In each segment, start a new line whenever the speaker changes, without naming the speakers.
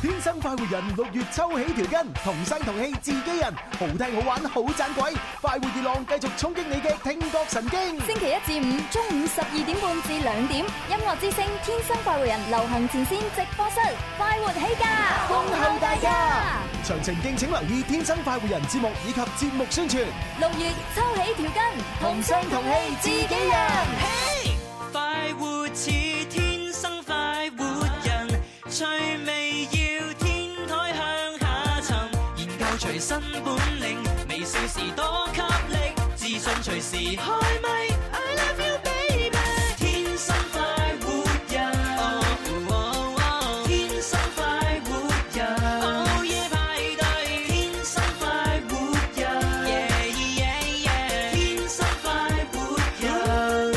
天生快活人，六月抽起條筋，同聲同氣自己人，好聽好玩好盞鬼，快活熱浪繼續衝擊你嘅聽覺神經。
星期一至五中午十二點半至兩點，音樂之聲《天生快活人》流行前線直播室，快活起價，
恭候大家。詳情敬請留意《天生快活人》節目以及節目宣傳。
六月抽起條筋，同聲同氣自己人。
快活似天生快活人，趣味要天台向下沉，研究隨身本領，微笑時多給力，自信隨時開咪。I love you baby，天生快活人，哦哦哦天生快活人，午夜派對，天生快活人，yeah yeah yeah，天生快活人。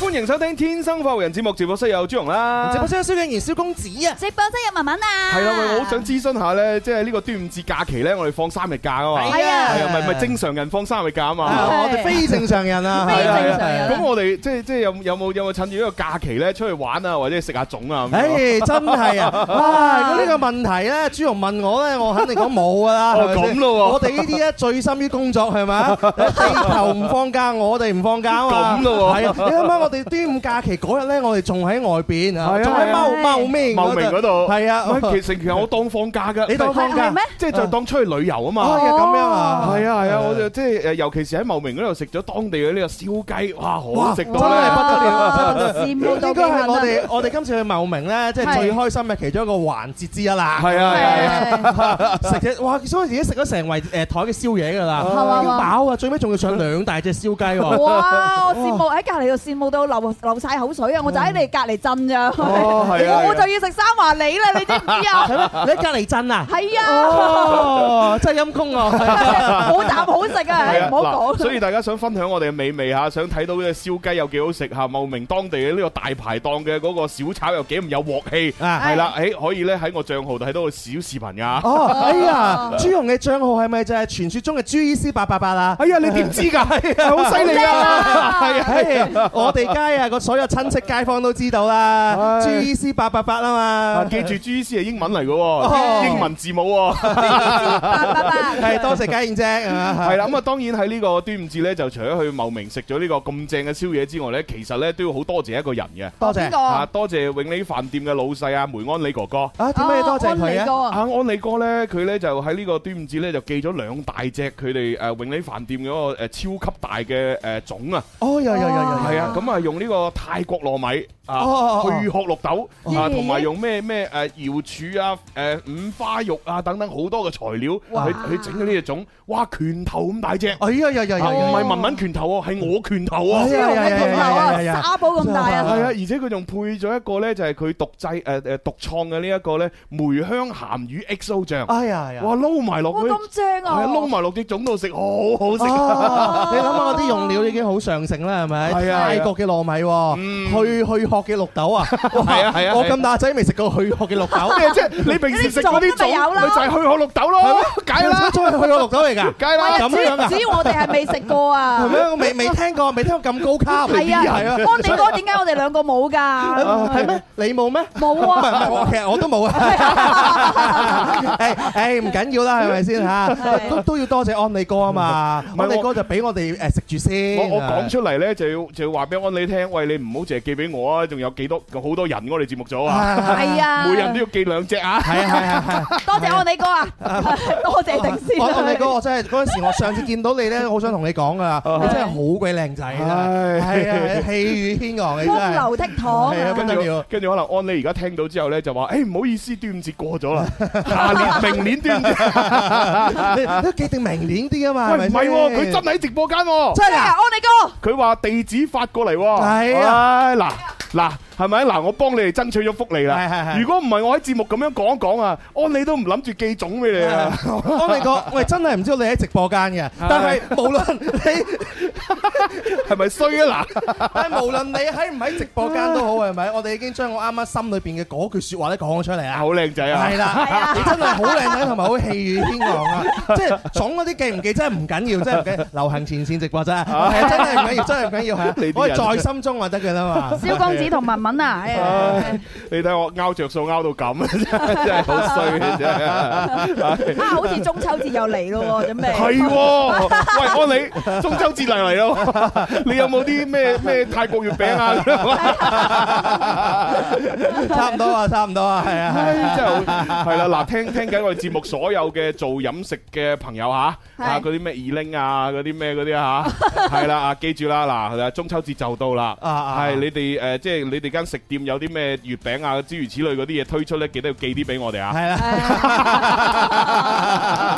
欢迎收聽《天生發育人》節目，直播室有朱紅啦，
直播室有蕭敬然、蕭公子啊，
直播室有文文啊，
係啦，喂，我好想諮詢下咧，即係呢個端午節假期咧，我哋放三日假啊嘛，
係啊
係啊，唔係唔係正常人放三日假啊嘛，
啊我哋非正常人啊，係啊係啊係啊
咁我哋即係即係有有冇有冇趁住呢個假期咧出去玩啊，或者食下粽啊？咁樣
唉，真 係啊！哇，呢個問題咧，朱紅問我咧，我肯定講冇噶啦。
哦
係咪先
咁咯喎
我哋呢啲咧醉心於工作係 咪啊？地頭唔放假，我哋唔放假啊嘛。
咁咯喎
係啊！你諗下，我哋端午假期嗰日咧，我哋仲喺外邊啊，仲喺茂茂名
茂名嗰度
係啊，
唔係其實其實我當放假㗎，
你當放假係咩
即係就當出去旅遊啊嘛。
哦，係啊咁樣啊，
係啊係啊，我就即係誒，尤其是喺茂名嗰度食咗當地嘅呢個燒雞，哇，好
哇！
食
真係
到
不得了 啊！真係
羨慕到
應該係我哋我哋今次去茂名咧，即係最開心嘅其中一個環節之一啦。
係啊係啊
食只哇，所以自己食咗成圍誒台嘅宵夜㗎啦，
嘛
已經飽啊！最尾仲要上兩大隻燒雞喎。
哇！我羨慕喺隔離度羨慕到流流曬口水啊！我就喺你隔離震咋，
哦係啊
我就要食三華李啦，你知唔知啊？
係咩？你喺隔離鎮啊？
係啊，
哦， 真係陰公啊！
好啖好食啊！唉
係啊
唔好
嗱
講。
所以大家想分享我哋嘅美味嚇，想睇到嘅燒雞有幾好食嚇，茂名當地嘅呢個大排檔嘅嗰個小炒有幾唔有鑊氣，
啊
係啦，誒可以咧喺我帳號度睇到個小視頻㗎。
哦，哎呀，朱紅嘅帳號係咪就係傳説中嘅朱醫師八八八啊？
哎呀，你點 知㗎？好犀利啊！係啊，係啊。
哎我哋街啊，個所有親戚街坊都知道啦，
唉
朱醫師八八八啊
啊
嘛。
記住，G C 係英文嚟嘅
哦
喎，英文字母喎，
拜拜拜
係多謝嘉燕姐啊
係啦。咁啊，當然喺呢個端午節咧，就除咗去茂名食咗呢個咁正嘅宵夜之外咧，其實咧都要好多謝一個人嘅，
多
邊
謝
個
啊，
啊？
多謝永利飯店嘅老細啊，梅安里哥哥。
啊，點解要多謝佢啊？
啊，安利哥咧，佢咧就喺呢個端午節咧就寄咗兩大隻佢哋誒永利飯店嗰個呃超級大嘅誒粽啊，
哦，有有有有有，
係啊，咁啊用呢個泰國糯米啊
哦哦、哦
去殼綠豆啊，
咦
同埋用咩咩誒瑤柱啊、誒五花肉啊等等好多嘅材料
哇
去去整咗呢隻粽，哇，拳頭咁大隻，啊
哎呀呀呀呀
唔
呀
係！文文拳頭喎，係我拳頭啊！
哎呀
紅嘅同流
哎呀哎呀哎呀
啊，沙煲咁大
係啊，
啊！
而且佢仲配咗一個咧，就係佢獨製誒誒獨創嘅呢一個咧梅香鹹魚 XO 醬，
哎呀呀！
哇撈埋落
哇，
去。
咁正
Ờ,
係啊，
啊！
撈埋落啲粽度食，好好食。
Ờ. 哦你諗下我啲用料已經好上乘啦，係咪？
係啊
泰國嘅糯米喎，去去殼嘅綠豆啊，係
啊 係啊
我咁大仔未食過去殼嘅 綠豆，
咩啫？你平時食嗰啲
你啲粽都
粽，
咪有啦
咪就係去殼綠豆咯，梗係啦，
真係去殼綠豆 嚟㗎，
梗係
Ờ.
啦。
咁樣
只
㗎，
只要我哋係未食過
係
啊！
咩？我未未聽過，未聽過咁高卡，
係啊，
係啊，
安利哥點解我哋兩個 冇㗎？
係咩？你冇咩？
冇
唔係唔
啊！
係，我其實我都冇啊！誒誒，唔緊要啦，係咪先嚇？
係
都都要多謝安利哥啊嘛，
唔係
安利
我
哥就俾我哋誒食住先。
我我講出嚟咧，就要就要話俾安利聽，喂，你唔好淨係寄俾我啊，仲有幾多好多人我哋節目組啊，
À.
係啊！
每人都要寄兩隻啊。
係啊係啊係啊。
多謝安利哥啊！多謝定先
我同你
啊。
講，我真係嗰陣時，我上次見到你咧，好想同你講噶，你真係好鬼靚仔啊！
唉
係啊，氣宇軒昂，你真
風
係
流倜儻
係啊
啊！
跟
不得了
住，跟住可能安利而家聽到之後咧，就話：，誒唔好意思，端午節過咗啦，下年明年端午節，
你都既定明年啲啊嘛，係咪
喂唔係喎，佢真係喺直播間喎。
真係
安
啊！
利哥。
佢話地址發過嚟喎，
係
啊，嗱嗱，係咪嗱？我幫你哋爭取咗福利
係係
啦。
係
如果唔係我喺節目咁樣講一講啊，安你都唔諗住寄種俾你啊。
安利哥，我係真係唔知道你喺直播間嘅，但係無論你，
係咪衰啊？嗱，
但係無論你喺唔喺直播間都好，係咪？我哋已經將我啱啱心裏邊嘅嗰句説話咧講咗出嚟啊！
好靚仔啊！
係啦，你真係好靚仔同埋好氣宇軒昂啊！即係總嗰啲記唔記真係唔緊要，真係唔緊要。流 行前線直播真係，係啊真係唔緊要，真係唔緊要係啊
你啲人。
我係在心中就得㗎啦嘛。
蕭公子同文文文啊，
唉
唉
你睇我拗着數拗 到咁，真係真係好衰啊！真係。
啊，好似中秋節又嚟咯喎，準備
系，喂，安你中秋節嚟嚟咯，你有冇啲咩咩泰國月餅啊？
差唔多啊，差唔多啊，係啊，
唉 真係好係啦，嗱，聽聽緊我哋節目所有嘅做飲食嘅朋友吓，啊
係
嗰啲咩二拎啊，嗰啲咩嗰 啲啊吓，係啦，啊，記住啦，嗱，中秋節就到啦，
啊啊
係你哋诶，即係你哋間食店有啲咩月餅啊，諸如此類嗰啲嘢推出咧，記得要寄啲俾我哋啊。
係 啦。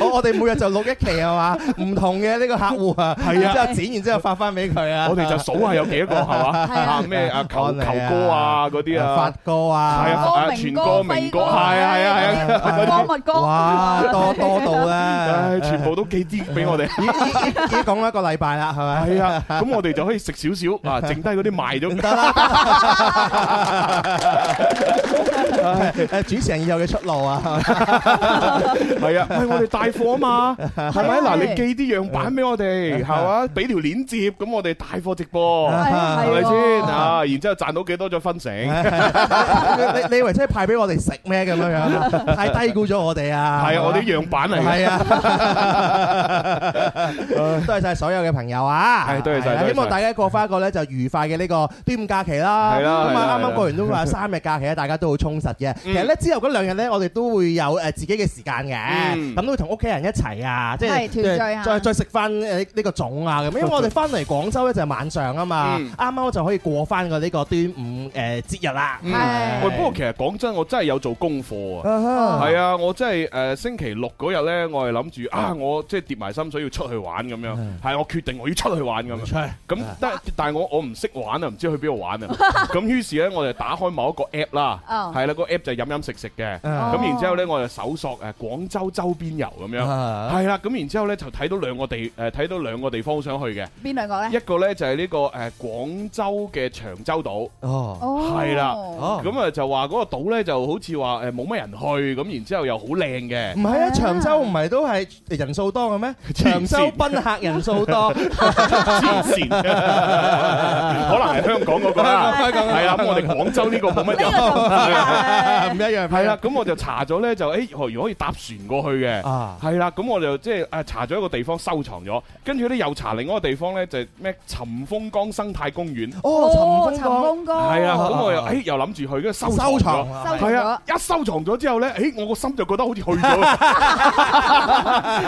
我我哋每日就錄一期係嘛，唔同嘅呢個客戶啊，
係啊
然之後剪，然之後發翻俾佢啊，
我哋就數下有 幾多個係嘛，
係啊
啊咩啊求
安妮
求
啊
哥啊嗰啲啊
發。哥啊，
係啊，啊全歌明歌，係啊係啊係啊，
光物光，
哇，多多到啊
唉，
咧，
全部都寄啲 俾我哋。
已已已經講咗一個禮拜啦，係咪？
係啊，咁我哋就可以食少少啊，剩低嗰啲賣咗。
得
啊
啦，誒主持人以後嘅出路啊，
係啊，喂，我哋帶貨啊嘛，係咪？
係啊
嗱，你寄啲樣板俾我哋，係嘛？俾條鏈接，咁我哋帶貨直播，
係
係
係
咪
係
先
喎？
啊？然之後賺到幾多再分成。
你你你以為真係派俾我哋食咩咁樣 樣？太低估咗我哋啊！
係啊，我哋啲樣板嚟嘅。
係啊，多謝晒所有嘅朋友啊！
係多謝晒
係啊
多謝晒
希望大家過翻一個咧就愉快嘅呢個端午假期啦。
係啦
咁啊
係啦係
啱
啦
啱過完都話三日假期咧，大家都好充實嘅。其實咧之後嗰兩日咧，我哋都會有誒自己嘅時間嘅，
嗯
咁都會同屋企人一齊啊，即
係
係
團聚啊
再再食翻誒呢個粽啊咁。因為我哋翻嚟廣州咧就係晚上啊嘛
嗯，
啱啱就可以過翻個呢個端午誒節日啦。
嗯
係
喂，不過其實講真，我真係有做功課啊。
啊哈
係啊，我真係誒星期六嗰日咧，我係諗住啊，我即係疊埋心水要出去玩咁樣，係啊我決定我要出去玩咁樣。
出去
咁但但係我我唔識玩啊，唔知去邊度玩啊。咁於是咧，我就打開某一個 app 啦，
哦
係啦，個 app 就係飲飲食食嘅。
啊
咁然之後咧，我就搜索誒廣州周邊遊
Ờ.
咁樣。
啊
係啦，咁然之後咧就睇到兩個地誒睇到兩個地方想去嘅，
邊兩個咧？
一個咧就係呢個誒廣州嘅長洲島，
哦。
哦
係啦
哦
咁啊就話嗰個島咧就好似話誒冇乜人去，咁然之後又好靚 嘅
唔。係啊，長洲唔係都係人數多嘅咩？長
線
洲賓客人數多，
黐線，可能係香港嗰個啦，
香港嗰個
係啦。咁我哋廣州呢個冇乜
呢個就唔
人，
知啦
唔一樣。
係啦。咁我就查咗咧，就誒原來可以搭船過去嘅，
啊
係啦。咁我就即係誒啊查咗一個地方收藏咗，跟住咧又查另外一個地方咧就係咩尋風江生態公園，
哦，
哦
尋風
風哥，
係啊。咁我又
啊
誒又諗住去，跟住收
江收藏
藏咗。
啊
收藏
係啊，一收藏咗之後咧，誒我個心就覺得好似去咗，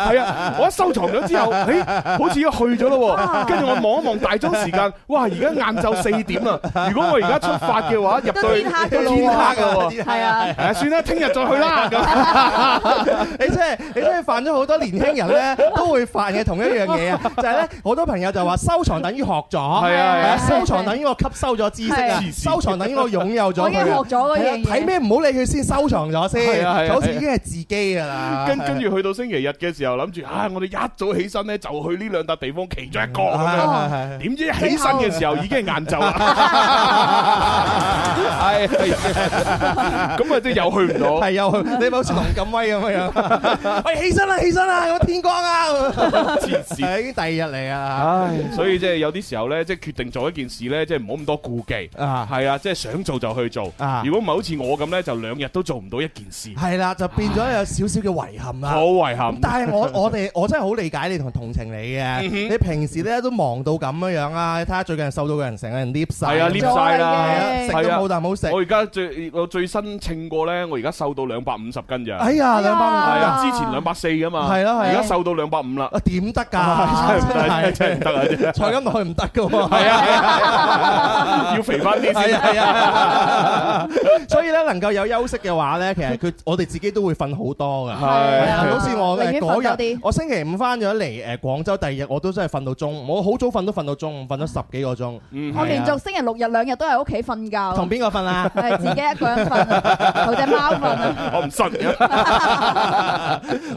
係啊，我一收藏咗之後，誒好似去咗咯喎，跟住我望一望大鐘時間，哇！而家晏晝四點啦，如果我而家出發嘅話，入到
都
去
天黑㗎咯
天黑㗎
喎
喎，
係啊，
誒算啦，聽日再去啦咁。
你真係你真係犯咗好多年輕人咧都會犯嘅同一樣嘢啊，就係咧好多朋友就話收藏等於學咗，係
啊係啊
收藏等於我吸收咗知識啊
係，
收藏等於我擁有
我
咗
已經
佢
學
啊。
咗
係
嗰
啊
樣嘢。
睇咩唔好理佢先，收藏咗先，
係啊係啊
就好似
係啊
已經係自己㗎啦。
跟跟住去到星期日嘅時候，諗住啊，我哋一早起身咧就去呢兩笪地方其中一個咁樣。哦
係係係
點知一起身嘅時候已經係晏 晝啦，係咁啊，即係又去唔到。
係又你咪好似林錦威咁 樣，喂起身啦起身啦，有天光啊！
黐線
係已經第二日嚟啊！
唉，所以即係有啲時候咧，即係決定做一件事咧，即係唔好咁多顧忌。
啊
係啊，即係想做就去做。
啊
如果唔係好似我咁咧，就兩日都做唔到一件事，
係啦，就變咗有少少嘅遺憾啦
好。遺憾
咁。但係我我哋我真係好理解你同同情你嘅，你平時咧都忙到咁樣樣啊！你睇下最近瘦到個人成個人 lift 晒，
係啊，
咁
黏
樣
晒
係
啦
啊，食都
係啊
冇啖好食
我。而家最我最新稱過咧，我而家瘦到兩百五十斤咋。
哎呀，兩百
係
蚊
啊，
啊！
之前兩百四噶嘛。
係咯係咯
而家瘦到兩百五啦。
啊點得㗎？
真係真係唔得啊！真係
坐咁落去唔得㗎喎。
係啊係 啊， 係啊要肥翻啲
係
先
啊。係啊， 所以咧能夠有休息嘅話咧，其實佢我哋自己都會瞓好多㗎。
係
係啊，好似我
寧願瞓多
嗰
啲
日，我星期五翻咗嚟誒廣州，第二日我都真係瞓到中午，我好早瞓都瞓到中午，瞓咗十幾個鐘。啊
嗯
我連續星期六日兩日都喺屋企瞓覺，
同邊個瞓啊？
係自己一個人瞓。 頭只貓瞓啊！
我唔信嘅。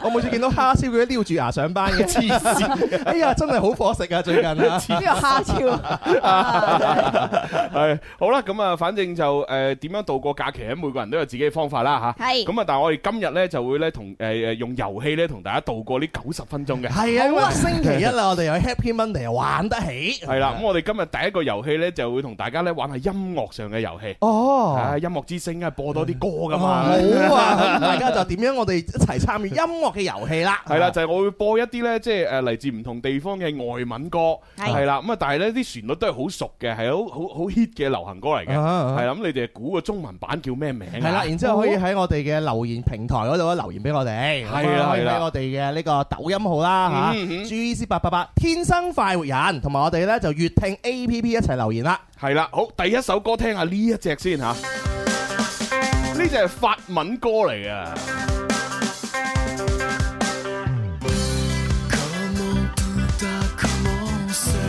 我每次見到蝦燒，佢都撩住牙上班嘅，黐線！ 哎呀，真 係好伙食啊，最近啊，
邊個蝦超啊？
系好啦，咁啊，反正就诶点样度過假期咧，每個人都有自己嘅方法啦吓。
係
咁啊，但系我哋今日咧就會咧同诶诶用遊戲咧同大家度過呢九十分鐘嘅。
係啊，因為啊星期一啦，我哋有 Happy Monday 玩得起，
係啦，咁我哋今日第一個遊戲咧就會同大家咧玩下音樂上嘅遊戲。
哦
啊，。音樂之聲啊，播多啲歌噶
好
嘛。
啊！咁大家就點樣我哋一齊參與音樂嘅遊戲啦。
係啦，就係我會播一啲咧，即係呃誒嚟自唔同地方嘅外文歌，
係
係啦，咁啊，但係咧啲旋律都係好熟嘅，係好好好 hit 嘅流行歌嚟嘅，
啊啊
係啦，咁你哋估個中文版叫咩名啊？
係啦，然之後可以喺我哋嘅留言平台嗰度咧留言俾我哋，
係啦
咁啊可以
係啦
喺我哋嘅呢個抖音號啦嚇
嗯嗯
，G C 八八八天生快活人，同埋我哋咧就粵聽 A P P 一齊留言 啦。
係啦，好，第一首歌聽下呢一隻先嚇，呢只係法文歌嚟嘅，
Comment tout a commencé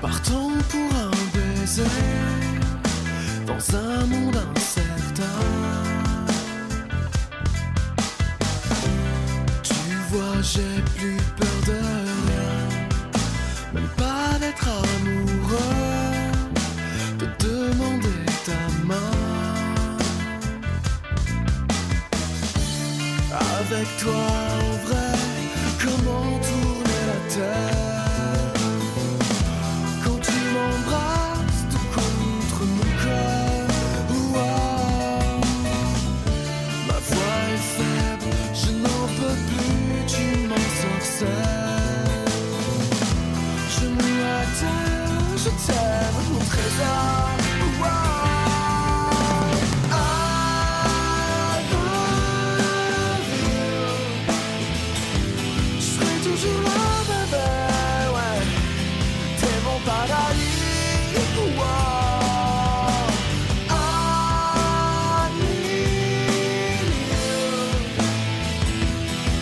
Partons pour un baiser Dans un monde incertain Tu vois j'ai plus peur de rien Même pas d'être amoureux De demander ta main Avec toi en vrai, comment tourner la terre Quand tu m'embrasses tout contre mon cœur ouah. Ma voix est faible, je n'en peux plus, tu m'ensorcelles Je me mets à terre, je t'aime, mon trésor ouah. I Je serai toujours là, bébé, ouais. T'es mon paradis, wow. I need you.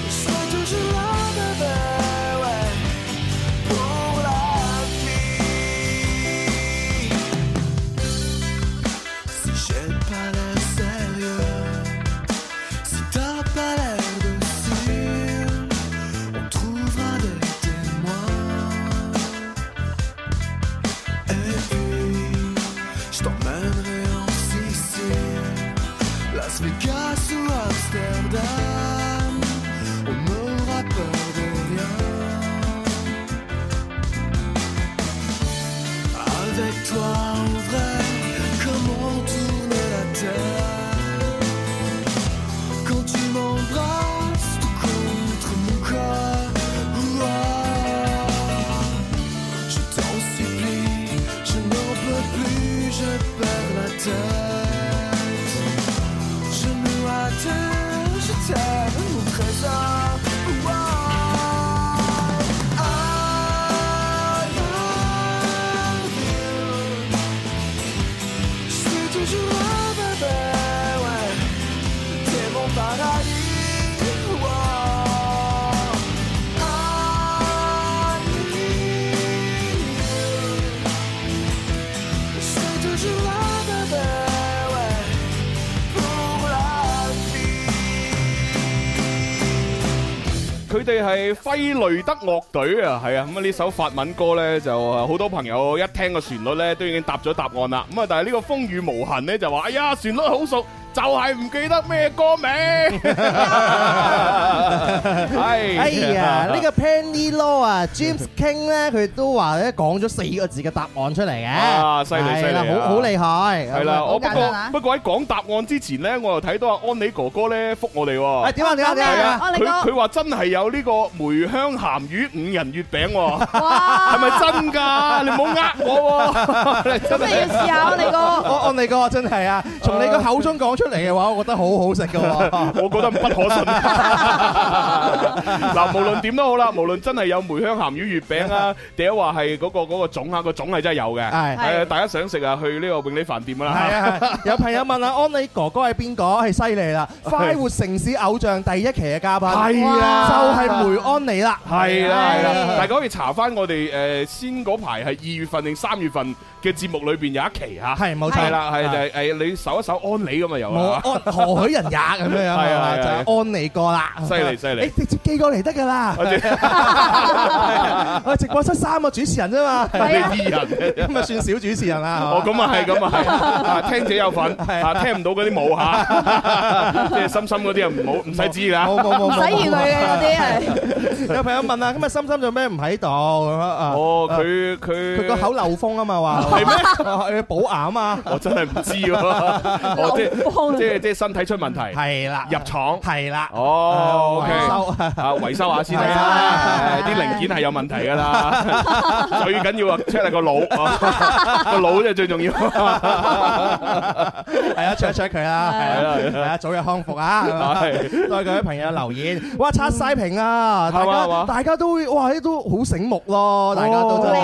Je serai toujours là, bébé, ouais. Pour la vie. Si j'ai pas l'air sérieux, si t'as pas l'air de sûr, on trouvera des témoins. Et puis, je t'emmènerai en Sicile, Las Vegas ou Amsterdam, on n'aura peur de rien. Avec toi en vrai, comment tourner la terre Quand tu m'embrasses, tout contre mon corps ouah. Je t'en supplie, je n'en peux plus, je perds la tête Je me attends, je t'aime, mon trésor ouah. I love you je suis toujours un bébé, ouais. T'es mon paradis, wow. I need you. Je suis toujours un bébé, ouais. Pour la vie.
佢哋係輝雷德樂隊啊，係啊，咁啊呢首法文歌咧就啊好多朋友一聽個旋律咧都已經答咗答案啦，咁啊但係呢個風雨無痕咧就話，哎呀旋律好熟，就係唔記得咩歌名，係
哎呀，呢個 Penny Law 啊，James King 咧，佢都話咧講咗四個字嘅答案出嚟嘅，
啊犀利
係啦
犀利啊
好好厲害，
係啦，
咁啊
我不
簡
過
單啊
不過喺講答案之前咧，我又睇到阿安妮哥哥咧覆我哋
哎
喎。
點啊點啊點啊
係
係
點啊！
啊，
安妮
佢
哥
佢話真係有呢個梅香鹹魚五仁月餅喎，
哇！
係咪真㗎？你唔好呃我喎，你真
咁你要
係
試下啊，你
我
個
按你個真係啊，從你個口中講出出嚟嘅話，我覺得好好食噶 喎。
我覺得不可信。嗱，無論點都好啦，無論真係有梅香鹹魚月餅啊，定係話係嗰個嗰個種啊，個種係真係有嘅。
係
係啊，大家想食啊，去呢個永利飯店啦。
係啊，係有朋友問啊，安利哥哥係邊個？係犀利啦！快活城市偶像第一期嘅嘉賓，
係啊
就係梅安妮啦。
係啦係啦，
係
大家可以查翻我哋誒先嗰排係二月份定三月份嘅節目裏邊有一期嚇，
係冇錯
係啦係就係誒你搜一搜安利咁啊有
我
啦，
安何許人也咁樣樣
係啊
啊，
係
就係
啊
安妮哥啦，
犀利犀利
你直接寄過嚟得㗎 啦，我哋直播室三個主持人啫嘛，
我哋二人。
咁啊算小主持人啦。
哦，咁啊係，咁啊係， 啊聽者有份，
係
啊聽唔到嗰啲冇 嚇，即係深深嗰啲啊唔好唔使知㗎。
冇冇冇，
唔使預佢嘅嗰啲係。
有朋友問啊，今日心心做咩唔喺度咁啊？啊
哦，佢佢
佢個口漏風啊嘛， 話
係咩？
佢補牙啊嘛，
我真係唔知 喎，哦即係
流風
即係即係身體出問題，
係啦，
入廠。
係啦，
哦，OK，
維修
啊，維修下先
維修
啦
下，
啲零件係有問題㗎啦， 最緊要啊 check 下個腦，哦個腦就最 重要。
係啊，灼一灼佢啦，係啦，
係啦
係啊，早日康復 啊！
係
多謝各位朋友留言，哇，刷晒屏啊！大
係嘛係嘛哦
家大家都會哇，都好醒目咯，大家都真係。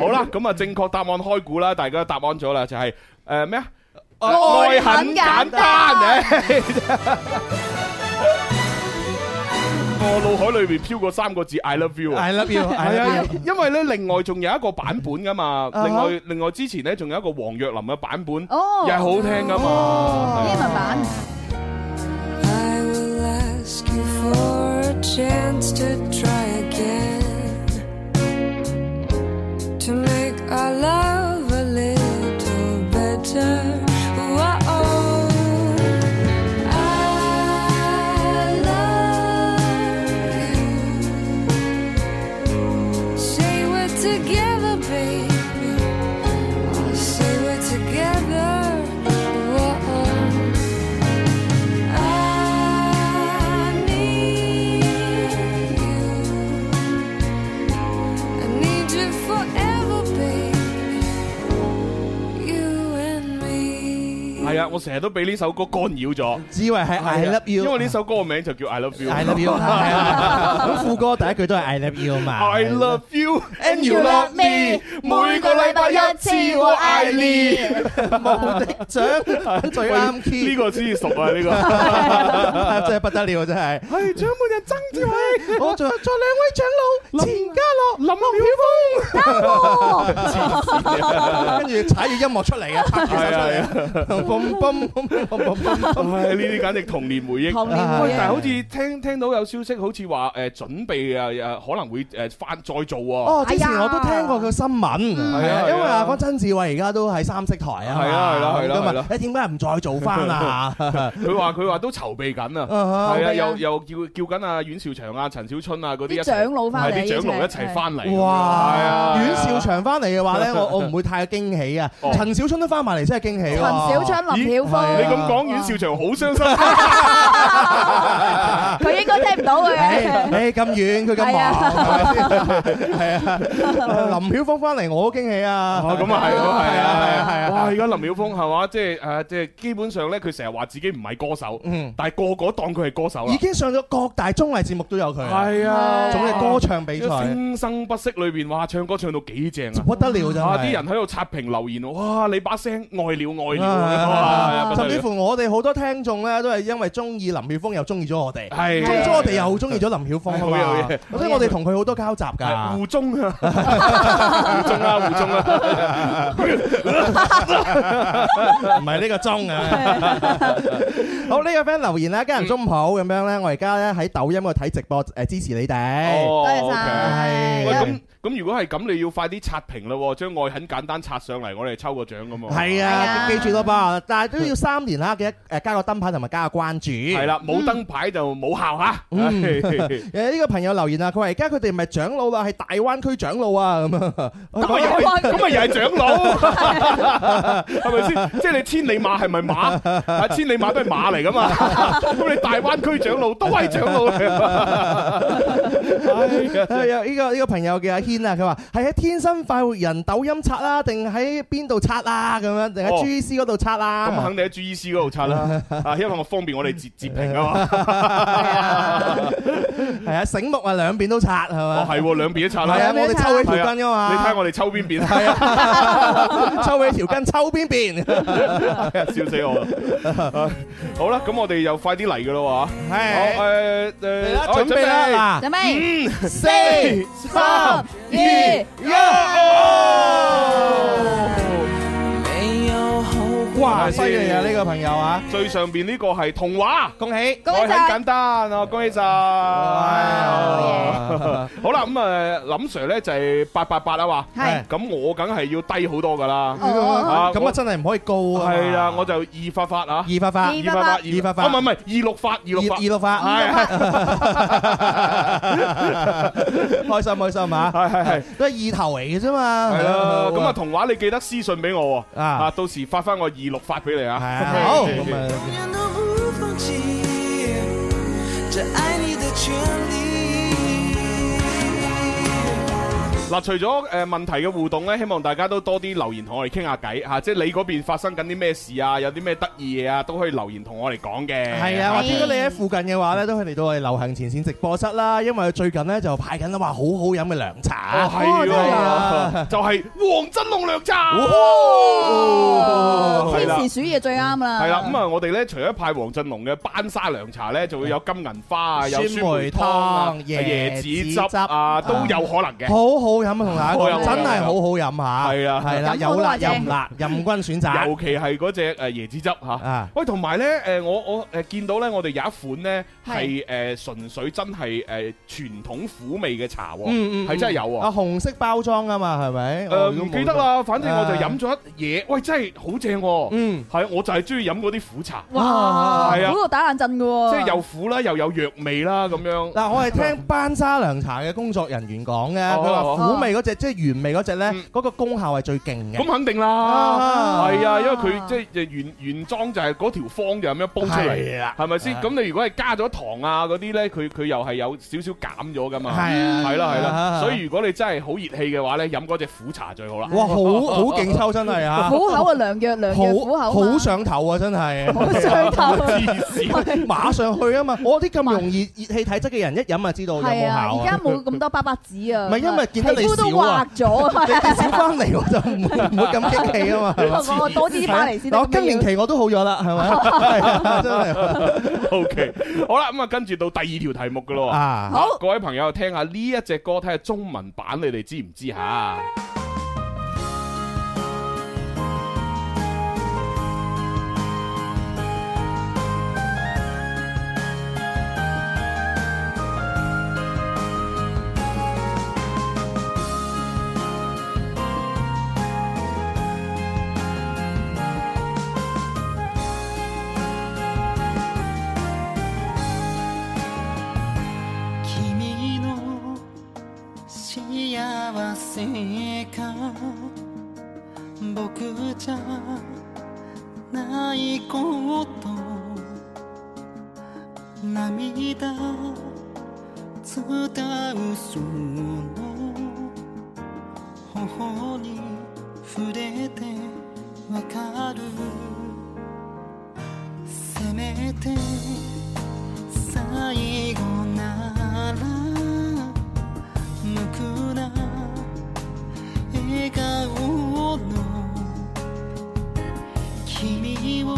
好啦，咁啊，正確答案開估啦，大家答案咗啦，就係誒咩啊？
愛很簡單
誒 我腦海裏邊飄過三個字 I love you 啊！
I love you，I
系
love
啊
you，，
因為咧，另外仲有一個版本噶嘛，
啊哈
另外另外之前咧，仲有一個黃若琳嘅版本，
哦
又係好聽噶嘛。
英文版。
I will ask you for a chance to try again to make our love a little better. Whoa. I love you. Say we're Together, baby. I'll say we're together. Whoa. I need you. I need you forever, baby. You and me.
係啊，我成日都俾呢首歌干擾咗，
只以為係 I love you，
啊因為呢首歌嘅名就叫 I love you。
I love you，係啊咁副歌第一句都係 I love you 啊嘛。
I love you and you love me，每個禮拜一次我愛你。
無敵獎最啱
喂
key，
呢個先熟啊！呢個
真係不得了，真係。
係掌門人曾志偉。
我仲有再兩位長老錢家樂、林
林
跟住踩住音樂出嚟 啊，插住手出嚟，嘣嘣嘣嘣嘣 嘣
曉峰，啊唉，呢啲簡直童年回憶。
童年回
但係
憶。
好似聽聽到有消息，好似話誒準備啊誒可能會誒翻再做喎。
哦，之前我都聽過個新聞，係
係啊
啊，因為阿講曾志偉而家都係三色台啊嘛，
係啊係啦係啦
咁啊
係啦
你點解唔再做翻 啊？
佢話佢話都籌備緊啊，
啊
係
籌備
啊，
啊
又又叫叫緊啊阮兆祥啊、陳小春啊嗰啲一
啲
齊
長老翻嚟
係啲長老一齊翻嚟。
哇！
係啊
阮兆祥翻嚟嘅話咧，我我唔會太驚喜啊
哦。
陳小春都翻埋嚟，真係驚喜喎。
陳小春、林曉
咦
你
係
峰，
啊
咁講，阮兆祥好傷心。啊
佢應該聽唔到嘅。
唉，誒咁遠佢咁
係
忙，
啊
Ờ, 係啊，林曉峰翻嚟我好驚喜啊！
哦，咁啊係，咁啊係啊，
係
係啊
啊係啊
哇！而家林曉峰係嘛，即係誒，即係基本上咧，佢成日話自己唔係歌手，
嗯
但係個個當佢係歌手啦
已。經上咗各大綜藝節目都有佢啊，
係啊，
仲有歌唱比賽，
聲生不息裏邊，哇！唱歌唱到幾正啊！
不得了真
啊！
係。
啲人喺度刷屏留言，哇！你把聲愛了愛
Ờ.
了，哇
啊
不得
甚
了
至乎我哋好多聽眾咧，都係因為中意林曉峰，又中意咗我哋，
係啊
中意咗我哋又中意咗林曉峰啊
係好有
嘛
嘢，
所以我哋同佢好多交集
係
㗎。
湖中 啊，湖中啊，湖中啊，
唔係呢個鐘啊！ 好呢個 friend 留言啦，家人中午好咁樣咧，我而家咧喺抖音嗰度睇直播誒支持你哋。
哦
多謝
OK
晒。
喂，咁咁如果係咁，你要快啲刷屏啦喎，將愛很簡單刷上嚟，我哋抽個獎咁喎。
係
係
啊，
啊
記住咯噃，但係都要三年啦，記得誒加個燈牌同埋加個關注。
係啦，冇燈牌就冇效嚇。
嗯
係
誒呢個朋友留言啊，佢話而家佢哋唔係長老啦，係大灣區長老啊 咁啊。
咁咪又係，咁咪又係長老，係咪先？即係你千里馬係咪馬？啊，千里馬都係馬嚟噶嘛？咁你大灣區長老都係長老嚟。
係有呢個呢個朋友嘅阿軒啊，佢話係喺天生快活人抖音刷啦，定喺邊度刷啊？咁樣定喺
哦
G C 嗰度刷
咁
啊？
肯定喺 G E C 嗰度刷啦，啊，因為我方便我哋截截屏啊嘛。
係啊，醒目啊，兩邊都刷係
哦，
嘛？
係喎，兩邊都刷
係啊，
啦。
我哋抽起條筋噶嘛。
你睇我哋抽邊邊？
係 啊，抽起條筋，抽邊邊？
笑死我 啦！好啦，咁我哋又快啲嚟噶啦喎，
係
好誒哦
嚟
誒，
啦，
好
準備啦，嗱。
準備
四、三、二、一，
哦
没有后悔。
哇！犀利啊，呢個朋友啊，
最上邊呢個係童話，
恭喜！
恭喜
愛很
晒
簡單啊，恭喜晒！
Ờ.
好啦，咁誒，林 Sir 咧就係八八八啊嘛，
係
咁我梗係要低好多噶啦，啊
咁啊，真係唔可以高啊！
係啦，我就二發發啊，
二發發，
二
發
發
二發發
哦唔係唔係二六發，二六
二
發
二。六發， 開心開心啊！
係係係
都係二頭嚟嘅啫嘛，
係
Ừ,
啦，咁啊童話你記得私信俾我喎，
啊
啊到時發翻我二六發俾你啊，
係啊，好咁啊，
永远都不放弃这爱你的权利。
嗱，除咗誒問題嘅互動咧，希望大家都多啲留言同我哋傾下偈嚇，即係你嗰邊發生緊啲咩事啊，有啲咩得意嘢啊，都可以留言同我哋講嘅。
係啊，或者如果你喺附近嘅話咧，都可以嚟到我哋流行前線直播室啦，因為最近咧就派緊話好好飲嘅涼茶
哦，。係
真係
喎，
啊
就係黃真龍涼茶。
哦
係啦
天時鼠嘢最啱啦。
係啦，咁啊，我哋咧除咗派黃振龍嘅班沙涼茶咧，就會有金銀花啊，有
嗯酸梅
酸梅湯啊，
湯
椰子
椰子
汁
汁
啊，
啊
都有可能嘅。
好好飲啊，同大家
好飲
講，真係好好飲下。
係啊
係啦，
飲好
有辣
多謝
又唔辣，任君選擇
尤其係嗰只誒椰子汁嚇。
啊。
喂，同埋咧，誒我我誒見到咧，我哋有一款咧係
係
誒純粹真係誒傳統苦味嘅茶喎，
嗯嗯，
係真係有喎
啊，紅色包裝啊嘛，係咪？我
誒
都
唔
冇啊
記得。啦，反正我就飲咗一嘢，喂，真係好正喎！
嗯，
係，我就係中意飲嗰啲苦茶，
哇，
係啊
嗰度打冷震嘅喎。
即係又苦啦，又有藥味啦，咁樣。
哦嗱，我係聽班沙涼茶嘅工作人員講嘅，佢
哦
話
哦
苦味嗰只即係原味嗰只咧
嗯，
嗰個功效係最勁嘅
咁。肯定啦，
啊
係啊，因為佢即係原原裝就係嗰條方就咁樣煲出嚟，
係啦
係咪先？
啊
咁你如果係加咗糖啊嗰啲咧，佢佢又係有少少減咗噶嘛。
係啊
係啦係啦，
啊
所以如果你真係好熱氣嘅話咧，飲嗰只苦茶最好啦。
哇，好好勁抽真係啊！
苦口啊，良藥，良藥苦口
好
啊
好
嘛
上頭啊，真係。
好上頭 啊。
黐線，
馬上去啊嘛！我啲咁容易熱氣體質嘅人一飲就知道有
係
冇
啊，
效
而家冇咁多巴巴子啊。
唔係因為見得你
皮膚都
少啊
滑咗啊。
你哋少翻嚟我就唔會唔會 咁激氣啊嘛。係嘛
我多啲啲翻嚟先得。
嗱我更年期我都好咗啦，係咪？係啊真 係
O K，好啦，咁啊，跟住到第二條題目噶咯喎。
啊！
好
各位朋友聽下呢一隻歌，睇下中文版你哋知唔知吓？
君の幸せか僕じゃないこと涙伝うその頬に触れてわかるせめて最後なら無垢な笑顔の君を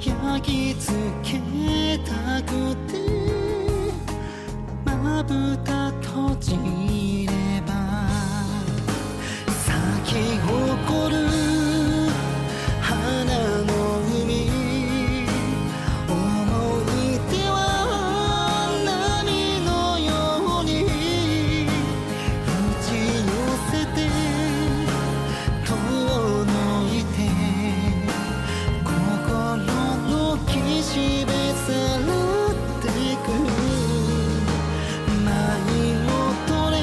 焼き付けたくてまぶた閉じれば咲き誇る花の海思い出は波のように打ち寄せて遠のいて心の岸辺さらってく舞い踊れ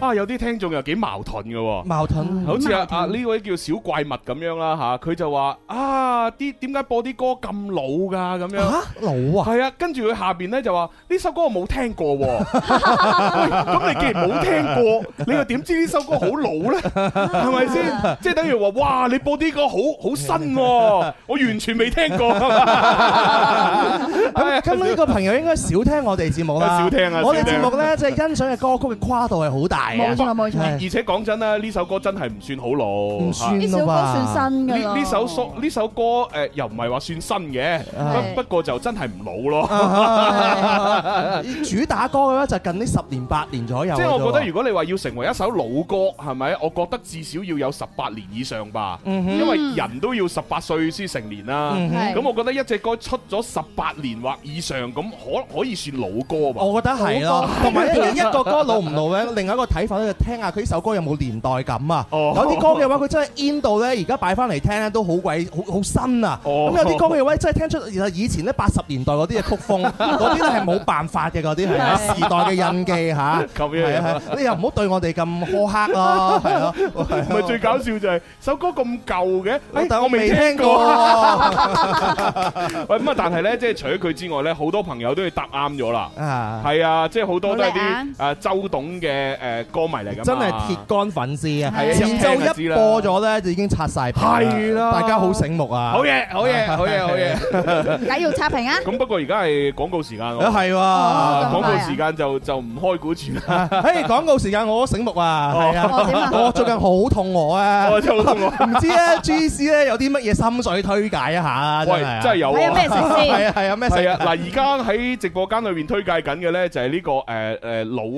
啊，有啲聽眾又幾矛盾嘅喎。
矛
嗯
盾，
好似啊啊呢位叫小怪物咁樣啦吓，佢就話啊啲點解播啲歌咁老㗎咁樣。
啊老啊，
係啊，跟住佢下邊咧就話呢首歌我冇聽過喎， 喂咁你既然冇聽過，你又點知呢首歌好老咧？係咪 先？即係等於話，哇！你播啲歌好好新喎，我完全未聽 過。係啊
咁咁呢個朋友應該少聽我哋節目啦，
少聽啊
我哋
少聽
節目咧即係欣賞嘅歌曲嘅跨度係好大啊
冇
嘅，
錯冇
係
錯，
而且講真啦，呢首歌真係唔算好老，
唔算啊
呢首歌算新㗎
呢
啦。
呢首歌呢首歌誒又唔係話算新嘅，
係
不不過就真係唔老
哦
咯。
主打歌嘅咧就近呢十年八年左右。
即係我覺得，如果你話要成為一首老歌，係咪？我覺得至少要有十八年以上吧，
嗯
因為人都要十八歲先成年啦。
係
咁我覺得一隻歌出咗十八年或以上，咁可可以算老歌吧？
我覺得係咯，同埋一一個歌老唔老咧，另外一個睇法咧就聽下佢呢首歌有冇年代感啊。
哦
有啲歌嘅話，佢真係 in 到咧，而家擺翻嚟聽咧都好鬼好好新啊。
哦
咁有啲歌嘅話，真係聽出其實以前咧八十年代嗰啲嘅曲 風，嗰啲咧係冇辦法嘅，嗰啲係啊時代嘅印記嚇。
咁樣
係啊係你又唔好對我哋咁苛刻咯，係咯。
唔係最搞笑就係首歌咁舊嘅，哎
但
我
我
未
未
聽
聽
過。
過
喂，咁啊，但係呢，即係除咗佢之外呢，好多朋友都要答啱咗啦。
啊。
係啊，即係好多都係
好
啲誒周董嘅誒歌迷嚟㗎嘛。
真係鐵杆粉絲啊！
啊係啊
前奏
一聽就知
一
啦
播咗咧，就已經刷晒屏啦。
係啦
大家好醒目啊！
好嘢，好 嘢，好嘢，好嘢。
解要刷屏啊！
咁不過而家係廣告時間喎。
啊係喎。
啊
咁
廣
快
告
啊
時間就就唔開估住啦，
嘿，廣告時間我都醒目啊！係
哦點
啊
啊，
我最近好肚餓啊！
我真係好肚餓
唔知咧 G C 咧有啲乜嘢心水推介一下啊？
喂，真係
有
有啊！
睇下咩食
係
先？
啊係啊咩食
係啊，嗱，而家喺直播間裏面推介緊嘅咧，就係呢個誒誒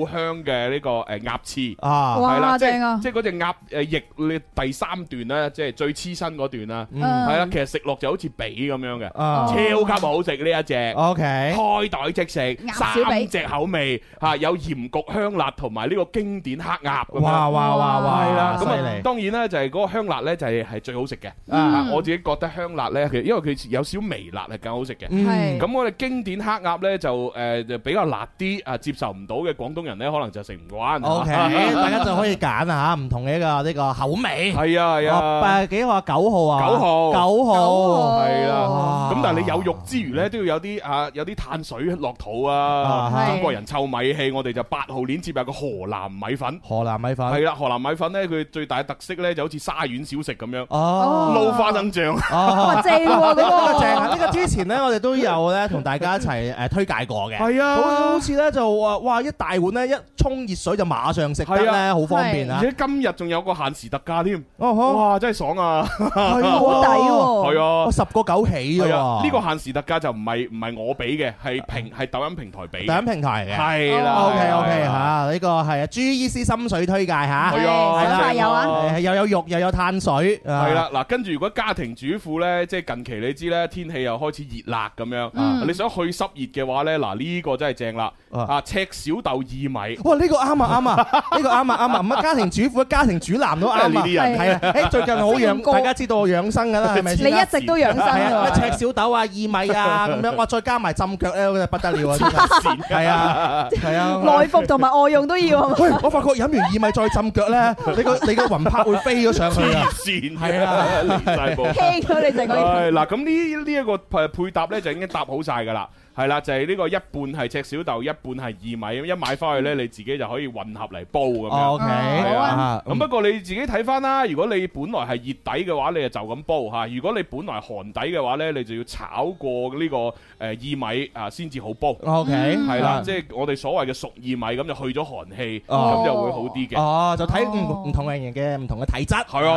老香嘅呢個誒鴨翅。
啊？
哇
係啦，即
正
係
啊
即係嗰只鴨誒翼，你第三段咧，即係最黐身嗰段啦，
嗯
係啦，其實食落就好似髀咁樣嘅，
啊
超級好食呢一隻。
O K，
開袋即食，
鴨
三
小髀
隻口味嚇，有鹽焗香辣同埋呢個經典黑鴨咁樣。
哇哇哇哇！
係啦，咁
犀
啊，
利
當然啦，就係嗰個香辣咧，就係係最好食嘅。啊
啊！
我自己覺得香辣咧，其實因為佢有少微辣係更好食嘅。
嗯
係
咁我哋經典黑鴨咧就誒就比較辣啲啊，接受唔到嘅廣東人咧，可能就食唔慣。
O K，大家就可以揀啊嚇，唔同嘅一個呢個口味。
係啊係
哦
啊，
八幾號啊？九號啊？
九號
九號。
係啦
啊。
咁但係你有肉之餘咧，都要有啲啊有啲碳水落肚啊。
啊
中國人湊米氣，我哋就八號鏈接入個河南米粉。
河南米粉
係啦，河南米粉咧，佢最大嘅特色咧就好似沙縣小食咁樣，
哦
撈花生醬。
哦
哇，。正喎
呢
嗰
個正啊！
個
呢個之前咧，我哋都有咧同大家一齊誒推介過嘅。
係啊
好好似咧就話哇一大碗咧一沖熱水就馬上食得
係啊
咧，好方便
而
啊！
且今日仲有個限時特價添，
哦哦呵，
哇！真係爽啊！
係喎
好抵喎！
係啊
哇，十個九起
係
喎
啊，呢個限時特價就唔係唔係我俾嘅，係平係抖音平台俾
第
嘅。
一啊平台嘅。
係啦
à? OK OK 嚇，
嚇，
呢個係啊 GEC 心水推介嚇，
係
係
啊，
手
快有啊
誒又有肉又有碳水，
係
係。
啦，嗱，跟住如果家庭主婦呢，即係近期你知呢，天氣又開始熱辣咁樣，啊
嗯
你想去濕熱嘅話呢，嗱呢個真係正啦，
啊
啊赤小豆薏米，
哇！呢個 啱啊啱啊，呢個啱啊啱啊，唔係家庭主婦、家庭主男都啱啊。
都係呢啲
人
係啊，誒最近好
識咁
養，
高
大家知道我養生㗎啦，係咪
你
先啦？
一直都養生
係啊，
㗎
咩赤小豆啊、薏米 啊咁樣，哇！再加埋浸腳咧，就不得了啊！真係 係啊，係
喎，
啊。
內服同埋外用都要 啊嘛。
喂，我發覺飲完薏米再浸腳 咧，你個你個魂魄會飛咗上去 啊！
線
係啊
離晒步。
聽到你成個人
係嗱，咁呢呢一個配配搭咧就已經搭好晒㗎啦，係啦，就係呢個一半係赤小豆，一半係薏米，咁一買翻去咧你自己就可以混合嚟煲咁樣。
OK，
係
啊
啊，咁不過你自己睇翻啦。如果你本來係熱底嘅話，你就就咁煲嚇；如果你本來寒底嘅話呢，你就要炒過呢個誒薏米啊，先至好煲。
OK，
係啦，
啊
即係我哋所謂嘅熟薏米，咁就去咗寒氣，
哦
咁就會好啲嘅。
哦，就睇唔唔同嘅人嘅唔同嘅體質。
係啊